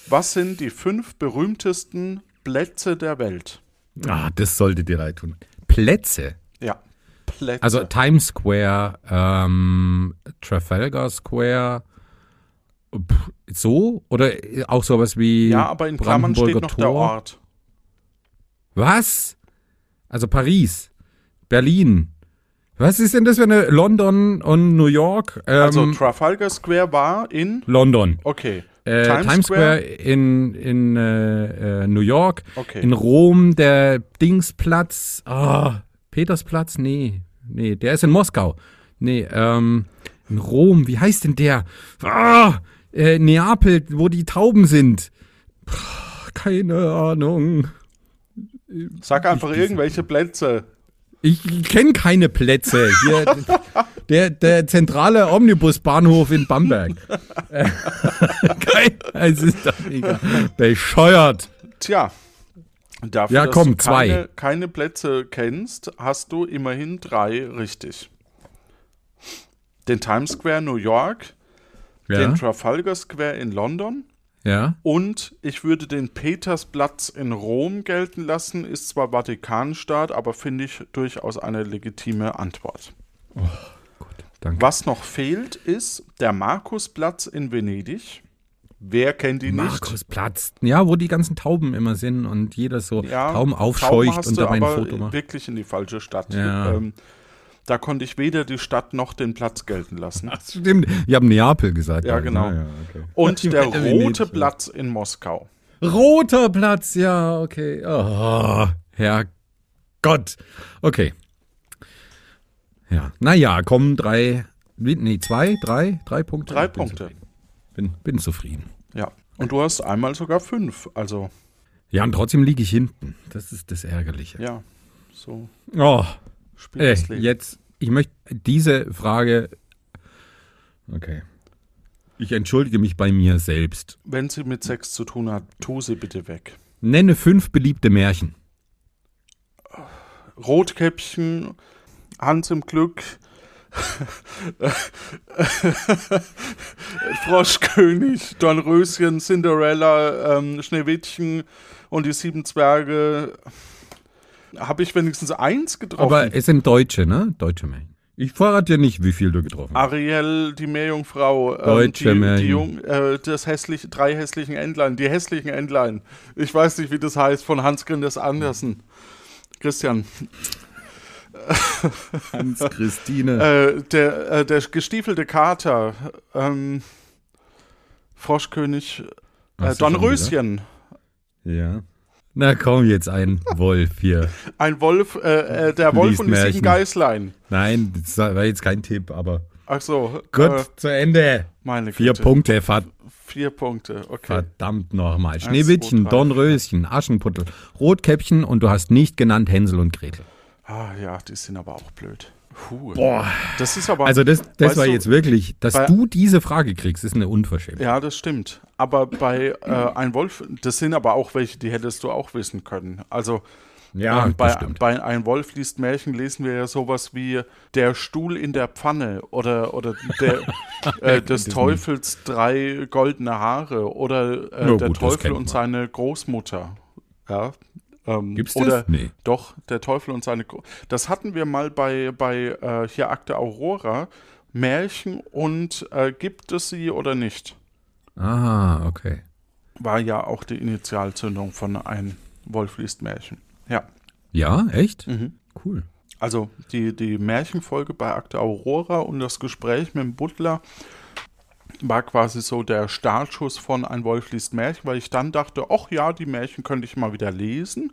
Speaker 1: Was sind die fünf berühmtesten Plätze der Welt?
Speaker 2: Ah, das sollte dir leid tun. Plätze.
Speaker 1: Ja, Plätze.
Speaker 2: Also Times Square, ähm, Trafalgar Square, pff, so? Oder äh, auch sowas wie
Speaker 1: ja, aber in Klammern steht
Speaker 2: Brandenburger
Speaker 1: noch
Speaker 2: Tor?
Speaker 1: der Ort.
Speaker 2: Was? Also Paris, Berlin. Was ist denn das für eine London und New York? Ähm,
Speaker 1: Also Trafalgar Square war in.
Speaker 2: London.
Speaker 1: Okay.
Speaker 2: Äh, Times, Square, in, in äh, äh, New York,
Speaker 1: Okay.
Speaker 2: in Rom, der Dingsplatz, ah, Petersplatz, nee, nee, der ist in Moskau. Nee, ähm, in Rom, wie heißt denn der? Ah, äh, Neapel, wo die Tauben sind. Puh, keine Ahnung.
Speaker 1: Sag einfach irgendwelche Plätze.
Speaker 2: Ich kenne keine Plätze. (laughs) Hier, der, der zentrale Omnibusbahnhof in (laughs) Bamberg. Äh, Kein, es ist doch egal. Bescheuert.
Speaker 1: Tja. Dafür,
Speaker 2: Ja,
Speaker 1: dass du keine,
Speaker 2: komm, zwei.
Speaker 1: keine Plätze kennst, hast du immerhin drei richtig. Den Times Square New York,
Speaker 2: Ja,
Speaker 1: den Trafalgar Square in London
Speaker 2: ja.
Speaker 1: Und ich würde den Petersplatz in Rom gelten lassen, ist zwar Vatikanstaat, aber finde ich durchaus eine legitime Antwort.
Speaker 2: Danke.
Speaker 1: Was noch fehlt, ist der Markusplatz in Venedig. Wer kennt ihn nicht?
Speaker 2: Markus Platz. Ja, wo die ganzen Tauben immer sind und jeder so Tauben
Speaker 1: Tauben
Speaker 2: aufscheucht
Speaker 1: hast
Speaker 2: und
Speaker 1: du
Speaker 2: dabei ein
Speaker 1: aber
Speaker 2: Foto macht.
Speaker 1: Wirklich in die falsche Stadt.
Speaker 2: Ja.
Speaker 1: Ähm, da konnte ich weder die Stadt noch den Platz gelten
Speaker 2: (laughs)
Speaker 1: lassen.
Speaker 2: Stimmt. Ich habe Neapel gesagt. ne?
Speaker 1: Ja, genau.
Speaker 2: ja, okay.
Speaker 1: Und der
Speaker 2: Venedig,
Speaker 1: rote
Speaker 2: ja.
Speaker 1: Platz in Moskau.
Speaker 2: Roter Platz, ja, okay. Oh, Herrgott. Okay. Ja, naja, kommen drei, nee, zwei, drei, drei Punkte.
Speaker 1: Drei
Speaker 2: Ich bin
Speaker 1: Punkte.
Speaker 2: zufrieden. Bin, bin zufrieden.
Speaker 1: Ja. Und du hast einmal sogar fünf. Also,
Speaker 2: Ja, und trotzdem liege ich hinten. Das ist das Ärgerliche.
Speaker 1: ja. So
Speaker 2: Oh,
Speaker 1: spielt
Speaker 2: ey,
Speaker 1: das Leben.
Speaker 2: jetzt, ich möchte diese Frage. Okay. Ich entschuldige mich bei mir selbst.
Speaker 1: Wenn sie mit Sex zu tun hat, tu sie bitte weg.
Speaker 2: Nenne fünf beliebte Märchen.
Speaker 1: Rotkäppchen, Hans im Glück, (laughs) Froschkönig, Dornröschen, Cinderella, ähm, Schneewittchen und die sieben Zwerge. Habe ich wenigstens eins getroffen?
Speaker 2: Aber es sind Deutsche, ne? Deutsche Märchen. Ich verrate dir nicht, wie viel du getroffen hast.
Speaker 1: Ariel, die Meerjungfrau,
Speaker 2: Deutsche
Speaker 1: ähm, die,
Speaker 2: Meerjung-
Speaker 1: die Jung, äh, das hässliche, drei hässlichen Entlein, die hässlichen Entlein. Ich weiß nicht, wie das heißt, von Hans Grinders Andersen. Christian,
Speaker 2: Hans-Christine.
Speaker 1: äh, der, äh, der gestiefelte Kater, ähm, Froschkönig, äh,
Speaker 2: Hast du schon
Speaker 1: Dornröschen,
Speaker 2: (laughs) Ja. Na komm, jetzt ein Wolf hier.
Speaker 1: ein Wolf, äh, äh, der Wolf
Speaker 2: Liest
Speaker 1: und die
Speaker 2: Märchen.
Speaker 1: sieben Geißlein.
Speaker 2: Nein, das war jetzt kein Tipp, aber.
Speaker 1: Ach so,
Speaker 2: Gut,
Speaker 1: Äh,
Speaker 2: zu Ende.
Speaker 1: meine
Speaker 2: Vier
Speaker 1: Güte.
Speaker 2: Punkte, ver
Speaker 1: Vier Punkte, okay.
Speaker 2: verdammt nochmal.
Speaker 1: zwei,
Speaker 2: Schneewittchen,
Speaker 1: drei,
Speaker 2: Dornröschen, Aschenputtel, Rotkäppchen und du hast nicht genannt Hänsel und Gretel.
Speaker 1: Ah ja, die sind aber auch blöd. Puh.
Speaker 2: Boah.
Speaker 1: Das ist aber.
Speaker 2: Also das, das
Speaker 1: weißt
Speaker 2: war
Speaker 1: du,
Speaker 2: jetzt wirklich, dass
Speaker 1: bei-
Speaker 2: du diese Frage kriegst, ist eine Unverschämtheit.
Speaker 1: Ja, das stimmt. Aber bei äh, Ein Wolf, das sind aber auch welche, die hättest du auch wissen können. Also
Speaker 2: Ja,
Speaker 1: ähm, bei,
Speaker 2: das stimmt.
Speaker 1: bei Ein Wolf liest Märchen lesen wir ja sowas wie Der Stuhl in der Pfanne oder, oder
Speaker 2: (laughs)
Speaker 1: der, äh, des Teufels drei goldene Haare oder äh,
Speaker 2: Na
Speaker 1: der
Speaker 2: gut, das
Speaker 1: Teufel
Speaker 2: kennt
Speaker 1: und
Speaker 2: man.
Speaker 1: seine Großmutter. Ja. Ähm,
Speaker 2: Gibt's das?
Speaker 1: oder
Speaker 2: Nee.
Speaker 1: Doch, der Teufel und seine. Gro das hatten wir mal bei, bei äh, hier Akte Aurora. Märchen und äh, gibt es sie oder nicht?
Speaker 2: Ah, okay.
Speaker 1: war ja auch die Initialzündung von ein Wolf liest Märchen. Ja,
Speaker 2: Ja, echt?
Speaker 1: Mhm.
Speaker 2: Cool.
Speaker 1: also die, die Märchenfolge bei Akte Aurora und das Gespräch mit dem Butler war quasi so der Startschuss von Ein Wolf liest Märchen, weil ich dann dachte, ach ja, die Märchen könnte ich mal wieder lesen.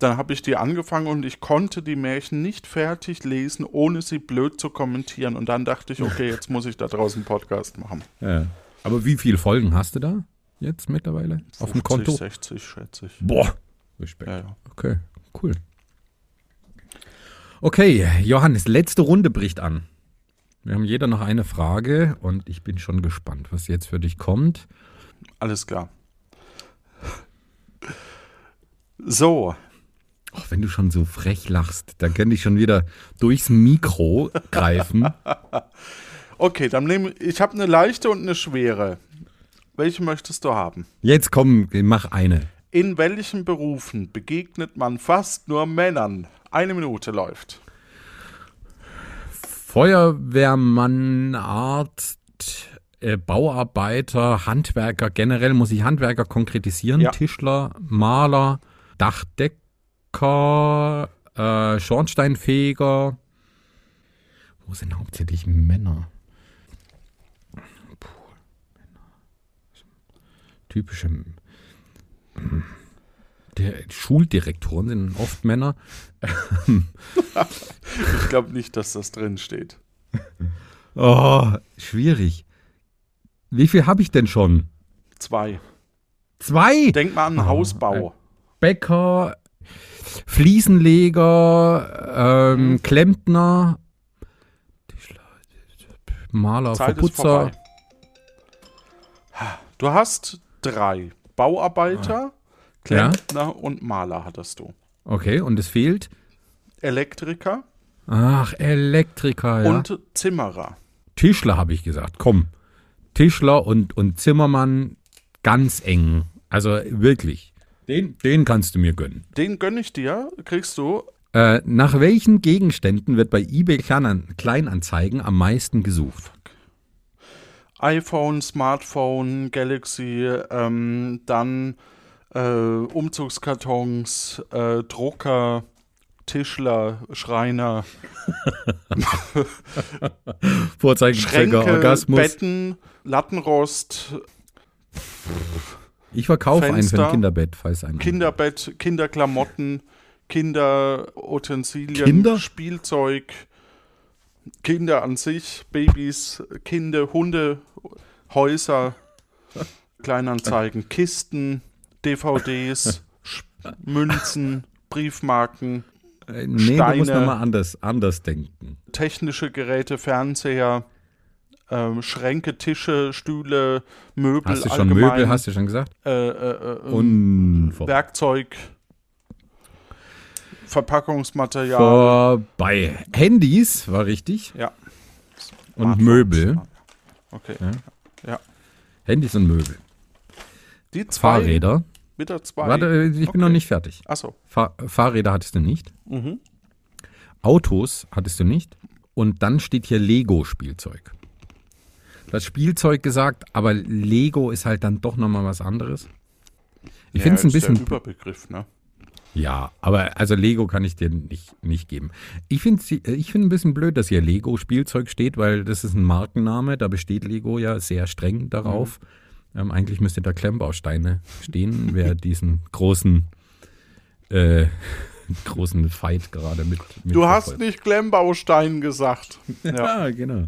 Speaker 1: Dann habe ich die angefangen und ich konnte die Märchen nicht fertig lesen, ohne sie blöd zu kommentieren. Und dann dachte ich,
Speaker 2: (laughs)
Speaker 1: okay, jetzt muss ich da draußen einen Podcast machen.
Speaker 2: Ja. Aber wie viele Folgen hast du da jetzt mittlerweile auf dem
Speaker 1: 50,
Speaker 2: Konto?
Speaker 1: 60, schätze ich.
Speaker 2: Boah. Respekt.
Speaker 1: Ja, ja.
Speaker 2: Okay, cool. Okay, Johannes, letzte Runde bricht an. Wir haben jeder noch eine Frage und ich bin schon gespannt, was jetzt für dich kommt.
Speaker 1: Alles klar. So,
Speaker 2: Ach, wenn du schon so frech lachst, dann könnte ich schon wieder durchs Mikro
Speaker 1: (laughs)
Speaker 2: greifen.
Speaker 1: okay, dann nehme ich habe eine leichte und eine schwere. Welche möchtest du haben?
Speaker 2: Jetzt komm, mach eine.
Speaker 1: In welchen Berufen begegnet man fast nur Männern? Eine Minute läuft.
Speaker 2: Feuerwehrmann, Arzt, äh, Bauarbeiter, Handwerker, generell muss ich Handwerker konkretisieren,
Speaker 1: Ja.
Speaker 2: Tischler, Maler, Dachdecker, äh, Schornsteinfeger. Wo sind hauptsächlich Männer? Puh, Männer. Typische. M- Der Schuldirektoren sind oft Männer.
Speaker 1: Ich glaube nicht, dass das drin steht.
Speaker 2: Oh, schwierig. Wie viel habe ich denn schon?
Speaker 1: Zwei.
Speaker 2: Zwei
Speaker 1: Denk mal an den Hausbau.
Speaker 2: Bäcker, Fliesenleger,
Speaker 1: Mhm.
Speaker 2: ähm, Klempner, Tischler, Maler,
Speaker 1: Zeit ist
Speaker 2: Verputzer.
Speaker 1: vorbei. Du hast drei. Bauarbeiter, Klempner und Maler hattest du.
Speaker 2: Okay, und es fehlt.
Speaker 1: Elektriker
Speaker 2: Ach, Elektriker, ja.
Speaker 1: und Zimmerer.
Speaker 2: Tischler habe ich gesagt. Komm. Tischler und, und Zimmermann ganz eng. Also wirklich. Den, den kannst du mir gönnen.
Speaker 1: Den gönne ich dir, kriegst du
Speaker 2: Äh, nach welchen Gegenständen wird bei eBay Kleinan- Kleinanzeigen am meisten gesucht?
Speaker 1: iPhone, Smartphone, Galaxy, ähm, dann äh, Umzugskartons, äh, Drucker, Tischler, Schreiner,
Speaker 2: Vorzeigeträger,
Speaker 1: Schränke,
Speaker 2: Orgasmus.
Speaker 1: Betten, Lattenrost,
Speaker 2: Ich verkaufe einen für
Speaker 1: Fenster,
Speaker 2: ein Kinderbett, falls ein
Speaker 1: Kinderbett, Kinderklamotten, Kinderutensilien,
Speaker 2: Kinder?
Speaker 1: Spielzeug, Kinder an sich, Babys, Kinder, Hunde, Häuser, Kleinanzeigen, Kisten,
Speaker 2: (laughs)
Speaker 1: DVDs, Sch- Münzen, Briefmarken,
Speaker 2: Äh, Nee, du musst
Speaker 1: Steine.
Speaker 2: nochmal anders, anders denken.
Speaker 1: technische Geräte, Fernseher, ähm, Schränke, Tische, Stühle, Möbel,
Speaker 2: Hast du schon
Speaker 1: allgemein,
Speaker 2: Möbel, hast du schon gesagt?
Speaker 1: äh, äh, äh,
Speaker 2: Unvor
Speaker 1: Werkzeug, Verpackungsmaterial.
Speaker 2: vorbei. Handys war richtig
Speaker 1: Ja.
Speaker 2: und
Speaker 1: Smartphones.
Speaker 2: Möbel.
Speaker 1: Okay.
Speaker 2: Handys und Möbel.
Speaker 1: Die zwei.
Speaker 2: Fahrräder.
Speaker 1: Wieder zwei.
Speaker 2: Warte, ich bin
Speaker 1: Okay.
Speaker 2: noch nicht fertig.
Speaker 1: Achso.
Speaker 2: Fahr Fahrräder hattest du nicht. Autos hattest du nicht. Und dann steht hier Lego-Spielzeug. Das Spielzeug gesagt, aber Lego ist halt dann doch nochmal was anderes. Ich finde es ein
Speaker 1: ist
Speaker 2: bisschen
Speaker 1: Der Überbegriff, ne?
Speaker 2: Ja, aber also Lego kann ich dir nicht, nicht geben. Ich finde ich find ein bisschen blöd, dass hier Lego-Spielzeug steht, weil das ist ein Markenname, da besteht Lego ja sehr streng darauf.
Speaker 1: Mhm.
Speaker 2: Ähm, eigentlich müsste da Klemmbausteine stehen,
Speaker 1: (laughs)
Speaker 2: wer diesen großen, äh, (laughs) großen Fight gerade mit, mit
Speaker 1: Du hast nicht Klemmbaustein gesagt. Ja.
Speaker 2: (laughs) Ja, genau.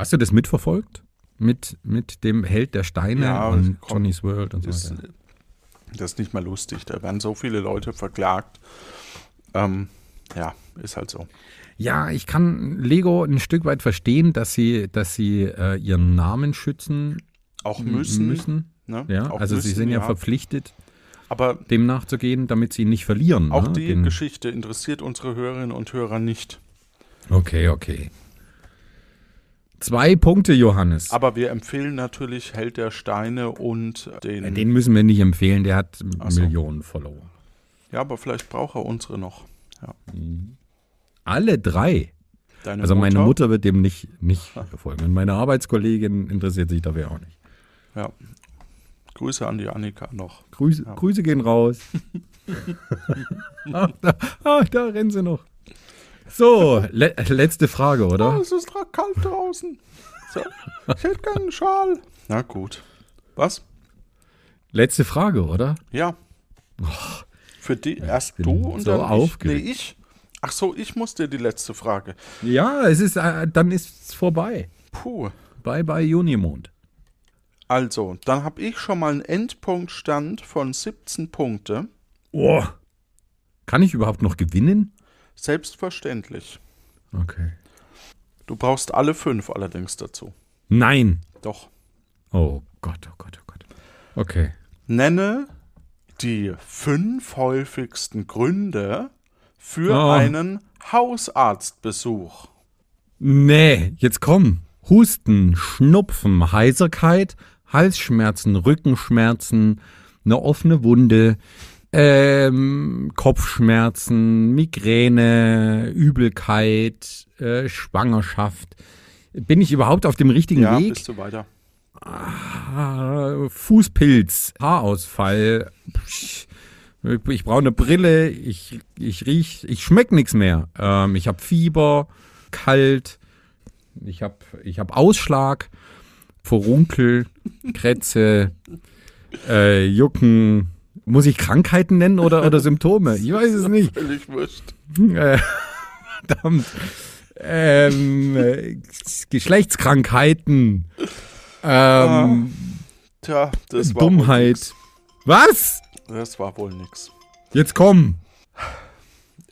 Speaker 2: Hast du das mitverfolgt? Mit, mit dem Held der Steine
Speaker 1: Ja,
Speaker 2: und
Speaker 1: komm,
Speaker 2: Johnny's World und so
Speaker 1: Das,
Speaker 2: weiter.
Speaker 1: das ist nicht mal lustig. Da werden so viele Leute verklagt. Ähm, ja, ist halt so.
Speaker 2: Ja, ich kann Lego ein Stück weit verstehen, dass sie, dass sie äh, ihren Namen schützen
Speaker 1: Auch müssen.
Speaker 2: müssen.
Speaker 1: Ne?
Speaker 2: Ja,
Speaker 1: Auch
Speaker 2: also sie
Speaker 1: müssen,
Speaker 2: sind ja,
Speaker 1: ja.
Speaker 2: verpflichtet,
Speaker 1: Aber
Speaker 2: dem nachzugehen, damit sie nicht verlieren.
Speaker 1: auch
Speaker 2: ne?
Speaker 1: die
Speaker 2: Den-
Speaker 1: Geschichte interessiert unsere Hörerinnen und Hörer nicht.
Speaker 2: Okay, okay. Zwei Punkte, Johannes.
Speaker 1: Aber wir empfehlen natürlich Held der Steine und den.
Speaker 2: Den müssen wir nicht empfehlen, der hat
Speaker 1: so.
Speaker 2: Millionen Follower.
Speaker 1: ja, aber vielleicht braucht er unsere noch. Ja.
Speaker 2: Alle drei.
Speaker 1: Deine
Speaker 2: Also meine Mutter wird dem nicht, nicht folgen. Und meine Arbeitskollegin interessiert sich dafür auch nicht.
Speaker 1: Ja. Grüße an die Annika noch.
Speaker 2: Grüße, Grüße gehen raus. ach, da, ach, da rennen sie noch. So, le letzte Frage,
Speaker 1: Ah,
Speaker 2: oder?
Speaker 1: es ist gerade kalt draußen. So, ich hätte gerne einen Schal. Na gut. Was?
Speaker 2: Letzte Frage, oder?
Speaker 1: Ja. Für die erst
Speaker 2: bin
Speaker 1: du und
Speaker 2: so
Speaker 1: dann
Speaker 2: aufgeregt.
Speaker 1: ich. Nee, ich. Ach so, ich muss dir die letzte Frage.
Speaker 2: Ja, es ist, äh, dann ist es vorbei.
Speaker 1: Puh.
Speaker 2: Bye bye Junimond.
Speaker 1: Also, dann habe ich schon mal einen Endpunktstand von 17 Punkte.
Speaker 2: Oh. Kann ich überhaupt noch gewinnen?
Speaker 1: Selbstverständlich.
Speaker 2: Okay.
Speaker 1: Du brauchst alle fünf allerdings dazu.
Speaker 2: Nein.
Speaker 1: Doch.
Speaker 2: Oh Gott, oh Gott, oh Gott. Okay.
Speaker 1: Nenne die fünf häufigsten Gründe für
Speaker 2: Oh.
Speaker 1: einen Hausarztbesuch.
Speaker 2: Nee, jetzt komm. Husten, Schnupfen, Heiserkeit, Halsschmerzen, Rückenschmerzen, eine offene Wunde, ähm, Kopfschmerzen, Migräne, Übelkeit, äh, Schwangerschaft. Bin ich überhaupt auf dem richtigen
Speaker 1: Ja,
Speaker 2: Weg?
Speaker 1: bist du weiter.
Speaker 2: Ah, Fußpilz, Haarausfall. psch, Ich brauche eine Brille, ich, ich riech, ich schmeck nichts mehr. Ähm, ich habe Fieber, kalt, ich habe ich hab Ausschlag, Furunkel, Krätze, äh, Jucken. Muss ich Krankheiten nennen oder, oder Symptome? Ich weiß es nicht.
Speaker 1: Völlig wurscht.
Speaker 2: Äh, (laughs) Verdammt. Ähm, äh, Geschlechtskrankheiten. Ähm,
Speaker 1: Tja, das war Wohl nix.
Speaker 2: Dummheit. Was?
Speaker 1: Das war wohl nix.
Speaker 2: Jetzt komm.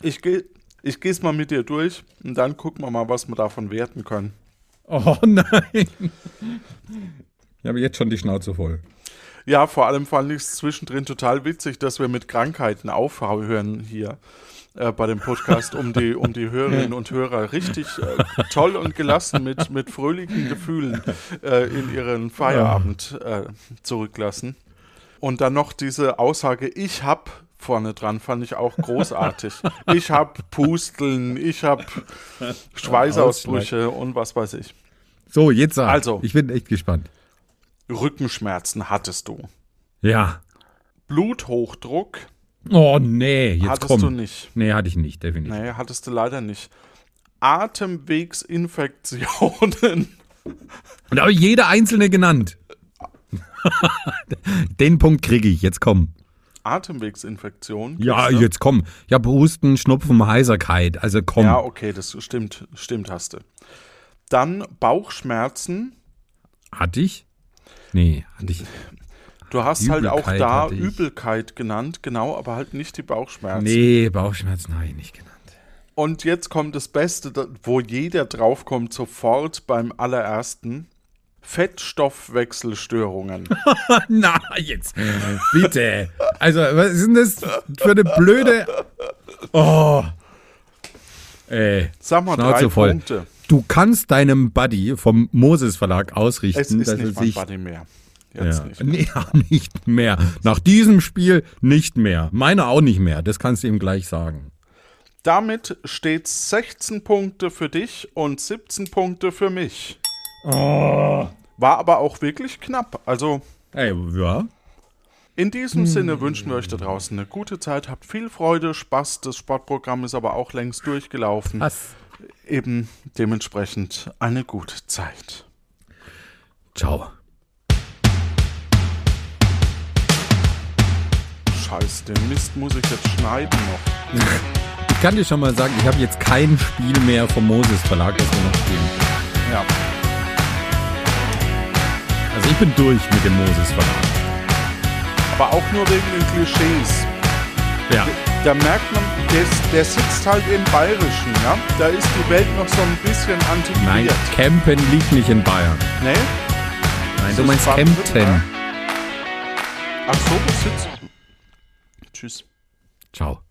Speaker 1: Ich gehe ich geh's mal mit dir durch und dann gucken wir mal, was wir davon werten können.
Speaker 2: Oh nein. Ich habe jetzt schon die Schnauze voll.
Speaker 1: Ja, vor allem fand ich es zwischendrin total witzig, dass wir mit Krankheiten aufhören hier äh, bei dem Podcast, um die, um
Speaker 2: (laughs)
Speaker 1: die Hörerinnen und Hörer richtig äh, toll und gelassen mit, mit fröhlichen Gefühlen äh, in ihren Feierabend äh, zurücklassen. Und dann noch diese Aussage, ich hab vorne dran, fand ich auch
Speaker 2: (laughs)
Speaker 1: großartig. Ich hab Pusteln, ich hab Schweißausbrüche und was weiß ich.
Speaker 2: So, jetzt sag.
Speaker 1: Also.
Speaker 2: Ich bin echt gespannt.
Speaker 1: Rückenschmerzen hattest du.
Speaker 2: Ja.
Speaker 1: Bluthochdruck
Speaker 2: Oh nee, jetzt
Speaker 1: hattest
Speaker 2: komm.
Speaker 1: du nicht.
Speaker 2: Nee, hatte ich nicht, definitiv.
Speaker 1: Nee, hattest du leider nicht. Atemwegsinfektionen. (laughs)
Speaker 2: Und da habe ich jede einzelne genannt. (laughs) Den Punkt kriege ich, jetzt komm.
Speaker 1: Atemwegsinfektion.
Speaker 2: Ja,
Speaker 1: kriegst du?
Speaker 2: jetzt komm. Ich habe Husten, Schnupfen, Heiserkeit. Also komm.
Speaker 1: Ja, okay, das stimmt, stimmt, hast du. Dann Bauchschmerzen.
Speaker 2: Hatte ich? Nee, hatte ich.
Speaker 1: Du hast halt auch
Speaker 2: Übelkeit
Speaker 1: da
Speaker 2: hatte ich.
Speaker 1: Übelkeit genannt, genau, aber halt nicht die Bauchschmerzen.
Speaker 2: Nee, Bauchschmerzen habe ich nicht genannt.
Speaker 1: Und jetzt kommt das Beste, da- wo jeder draufkommt, sofort beim allerersten.
Speaker 2: (laughs)
Speaker 1: Fettstoffwechselstörungen.
Speaker 2: Na, jetzt. Bitte. Also, was ist denn das für eine blöde. Oh. Ey.
Speaker 1: Sag mal,
Speaker 2: Schnauze
Speaker 1: drei
Speaker 2: voll.
Speaker 1: Punkte.
Speaker 2: Du kannst deinem Buddy vom Moses Verlag ausrichten,
Speaker 1: Es ist
Speaker 2: dass
Speaker 1: nicht
Speaker 2: er
Speaker 1: mein
Speaker 2: sich.
Speaker 1: Buddy mehr. Jetzt
Speaker 2: Ja.
Speaker 1: nicht.
Speaker 2: Nee, (laughs) ja, nicht mehr. Nach diesem Spiel nicht mehr. Meine auch nicht mehr. Das kannst du ihm gleich sagen.
Speaker 1: Damit steht 16 Punkte für dich und 17 Punkte für mich. War aber auch wirklich knapp. Also
Speaker 2: Ey, ja.
Speaker 1: in diesem Sinne wünschen wir euch da draußen eine gute Zeit. Habt viel Freude, Spaß. Das Sportprogramm ist aber auch längst durchgelaufen.
Speaker 2: Was?
Speaker 1: Eben dementsprechend eine gute Zeit.
Speaker 2: Ciao.
Speaker 1: Scheiße, den Mist muss ich jetzt schneiden noch.
Speaker 2: Ich kann dir schon mal sagen, ich habe jetzt kein Spiel mehr vom Moses Verlag, das wir noch spielen.
Speaker 1: Ja.
Speaker 2: Also ich bin durch mit dem Moses Verlag.
Speaker 1: Aber auch nur wegen den Klischees.
Speaker 2: Ja.
Speaker 1: Da merkt man, der, ist- der sitzt halt im Bayerischen, ja? Da ist die Welt noch so ein bisschen antiquiert. ne?
Speaker 2: Nein, Kempen liegt nicht in Bayern.
Speaker 1: Nee?
Speaker 2: Nein,
Speaker 1: Das
Speaker 2: du
Speaker 1: ist
Speaker 2: meinst
Speaker 1: Baden-Württemberg.
Speaker 2: Kempten.
Speaker 1: Ach so, wo sitzt Tschüss.
Speaker 2: Ciao.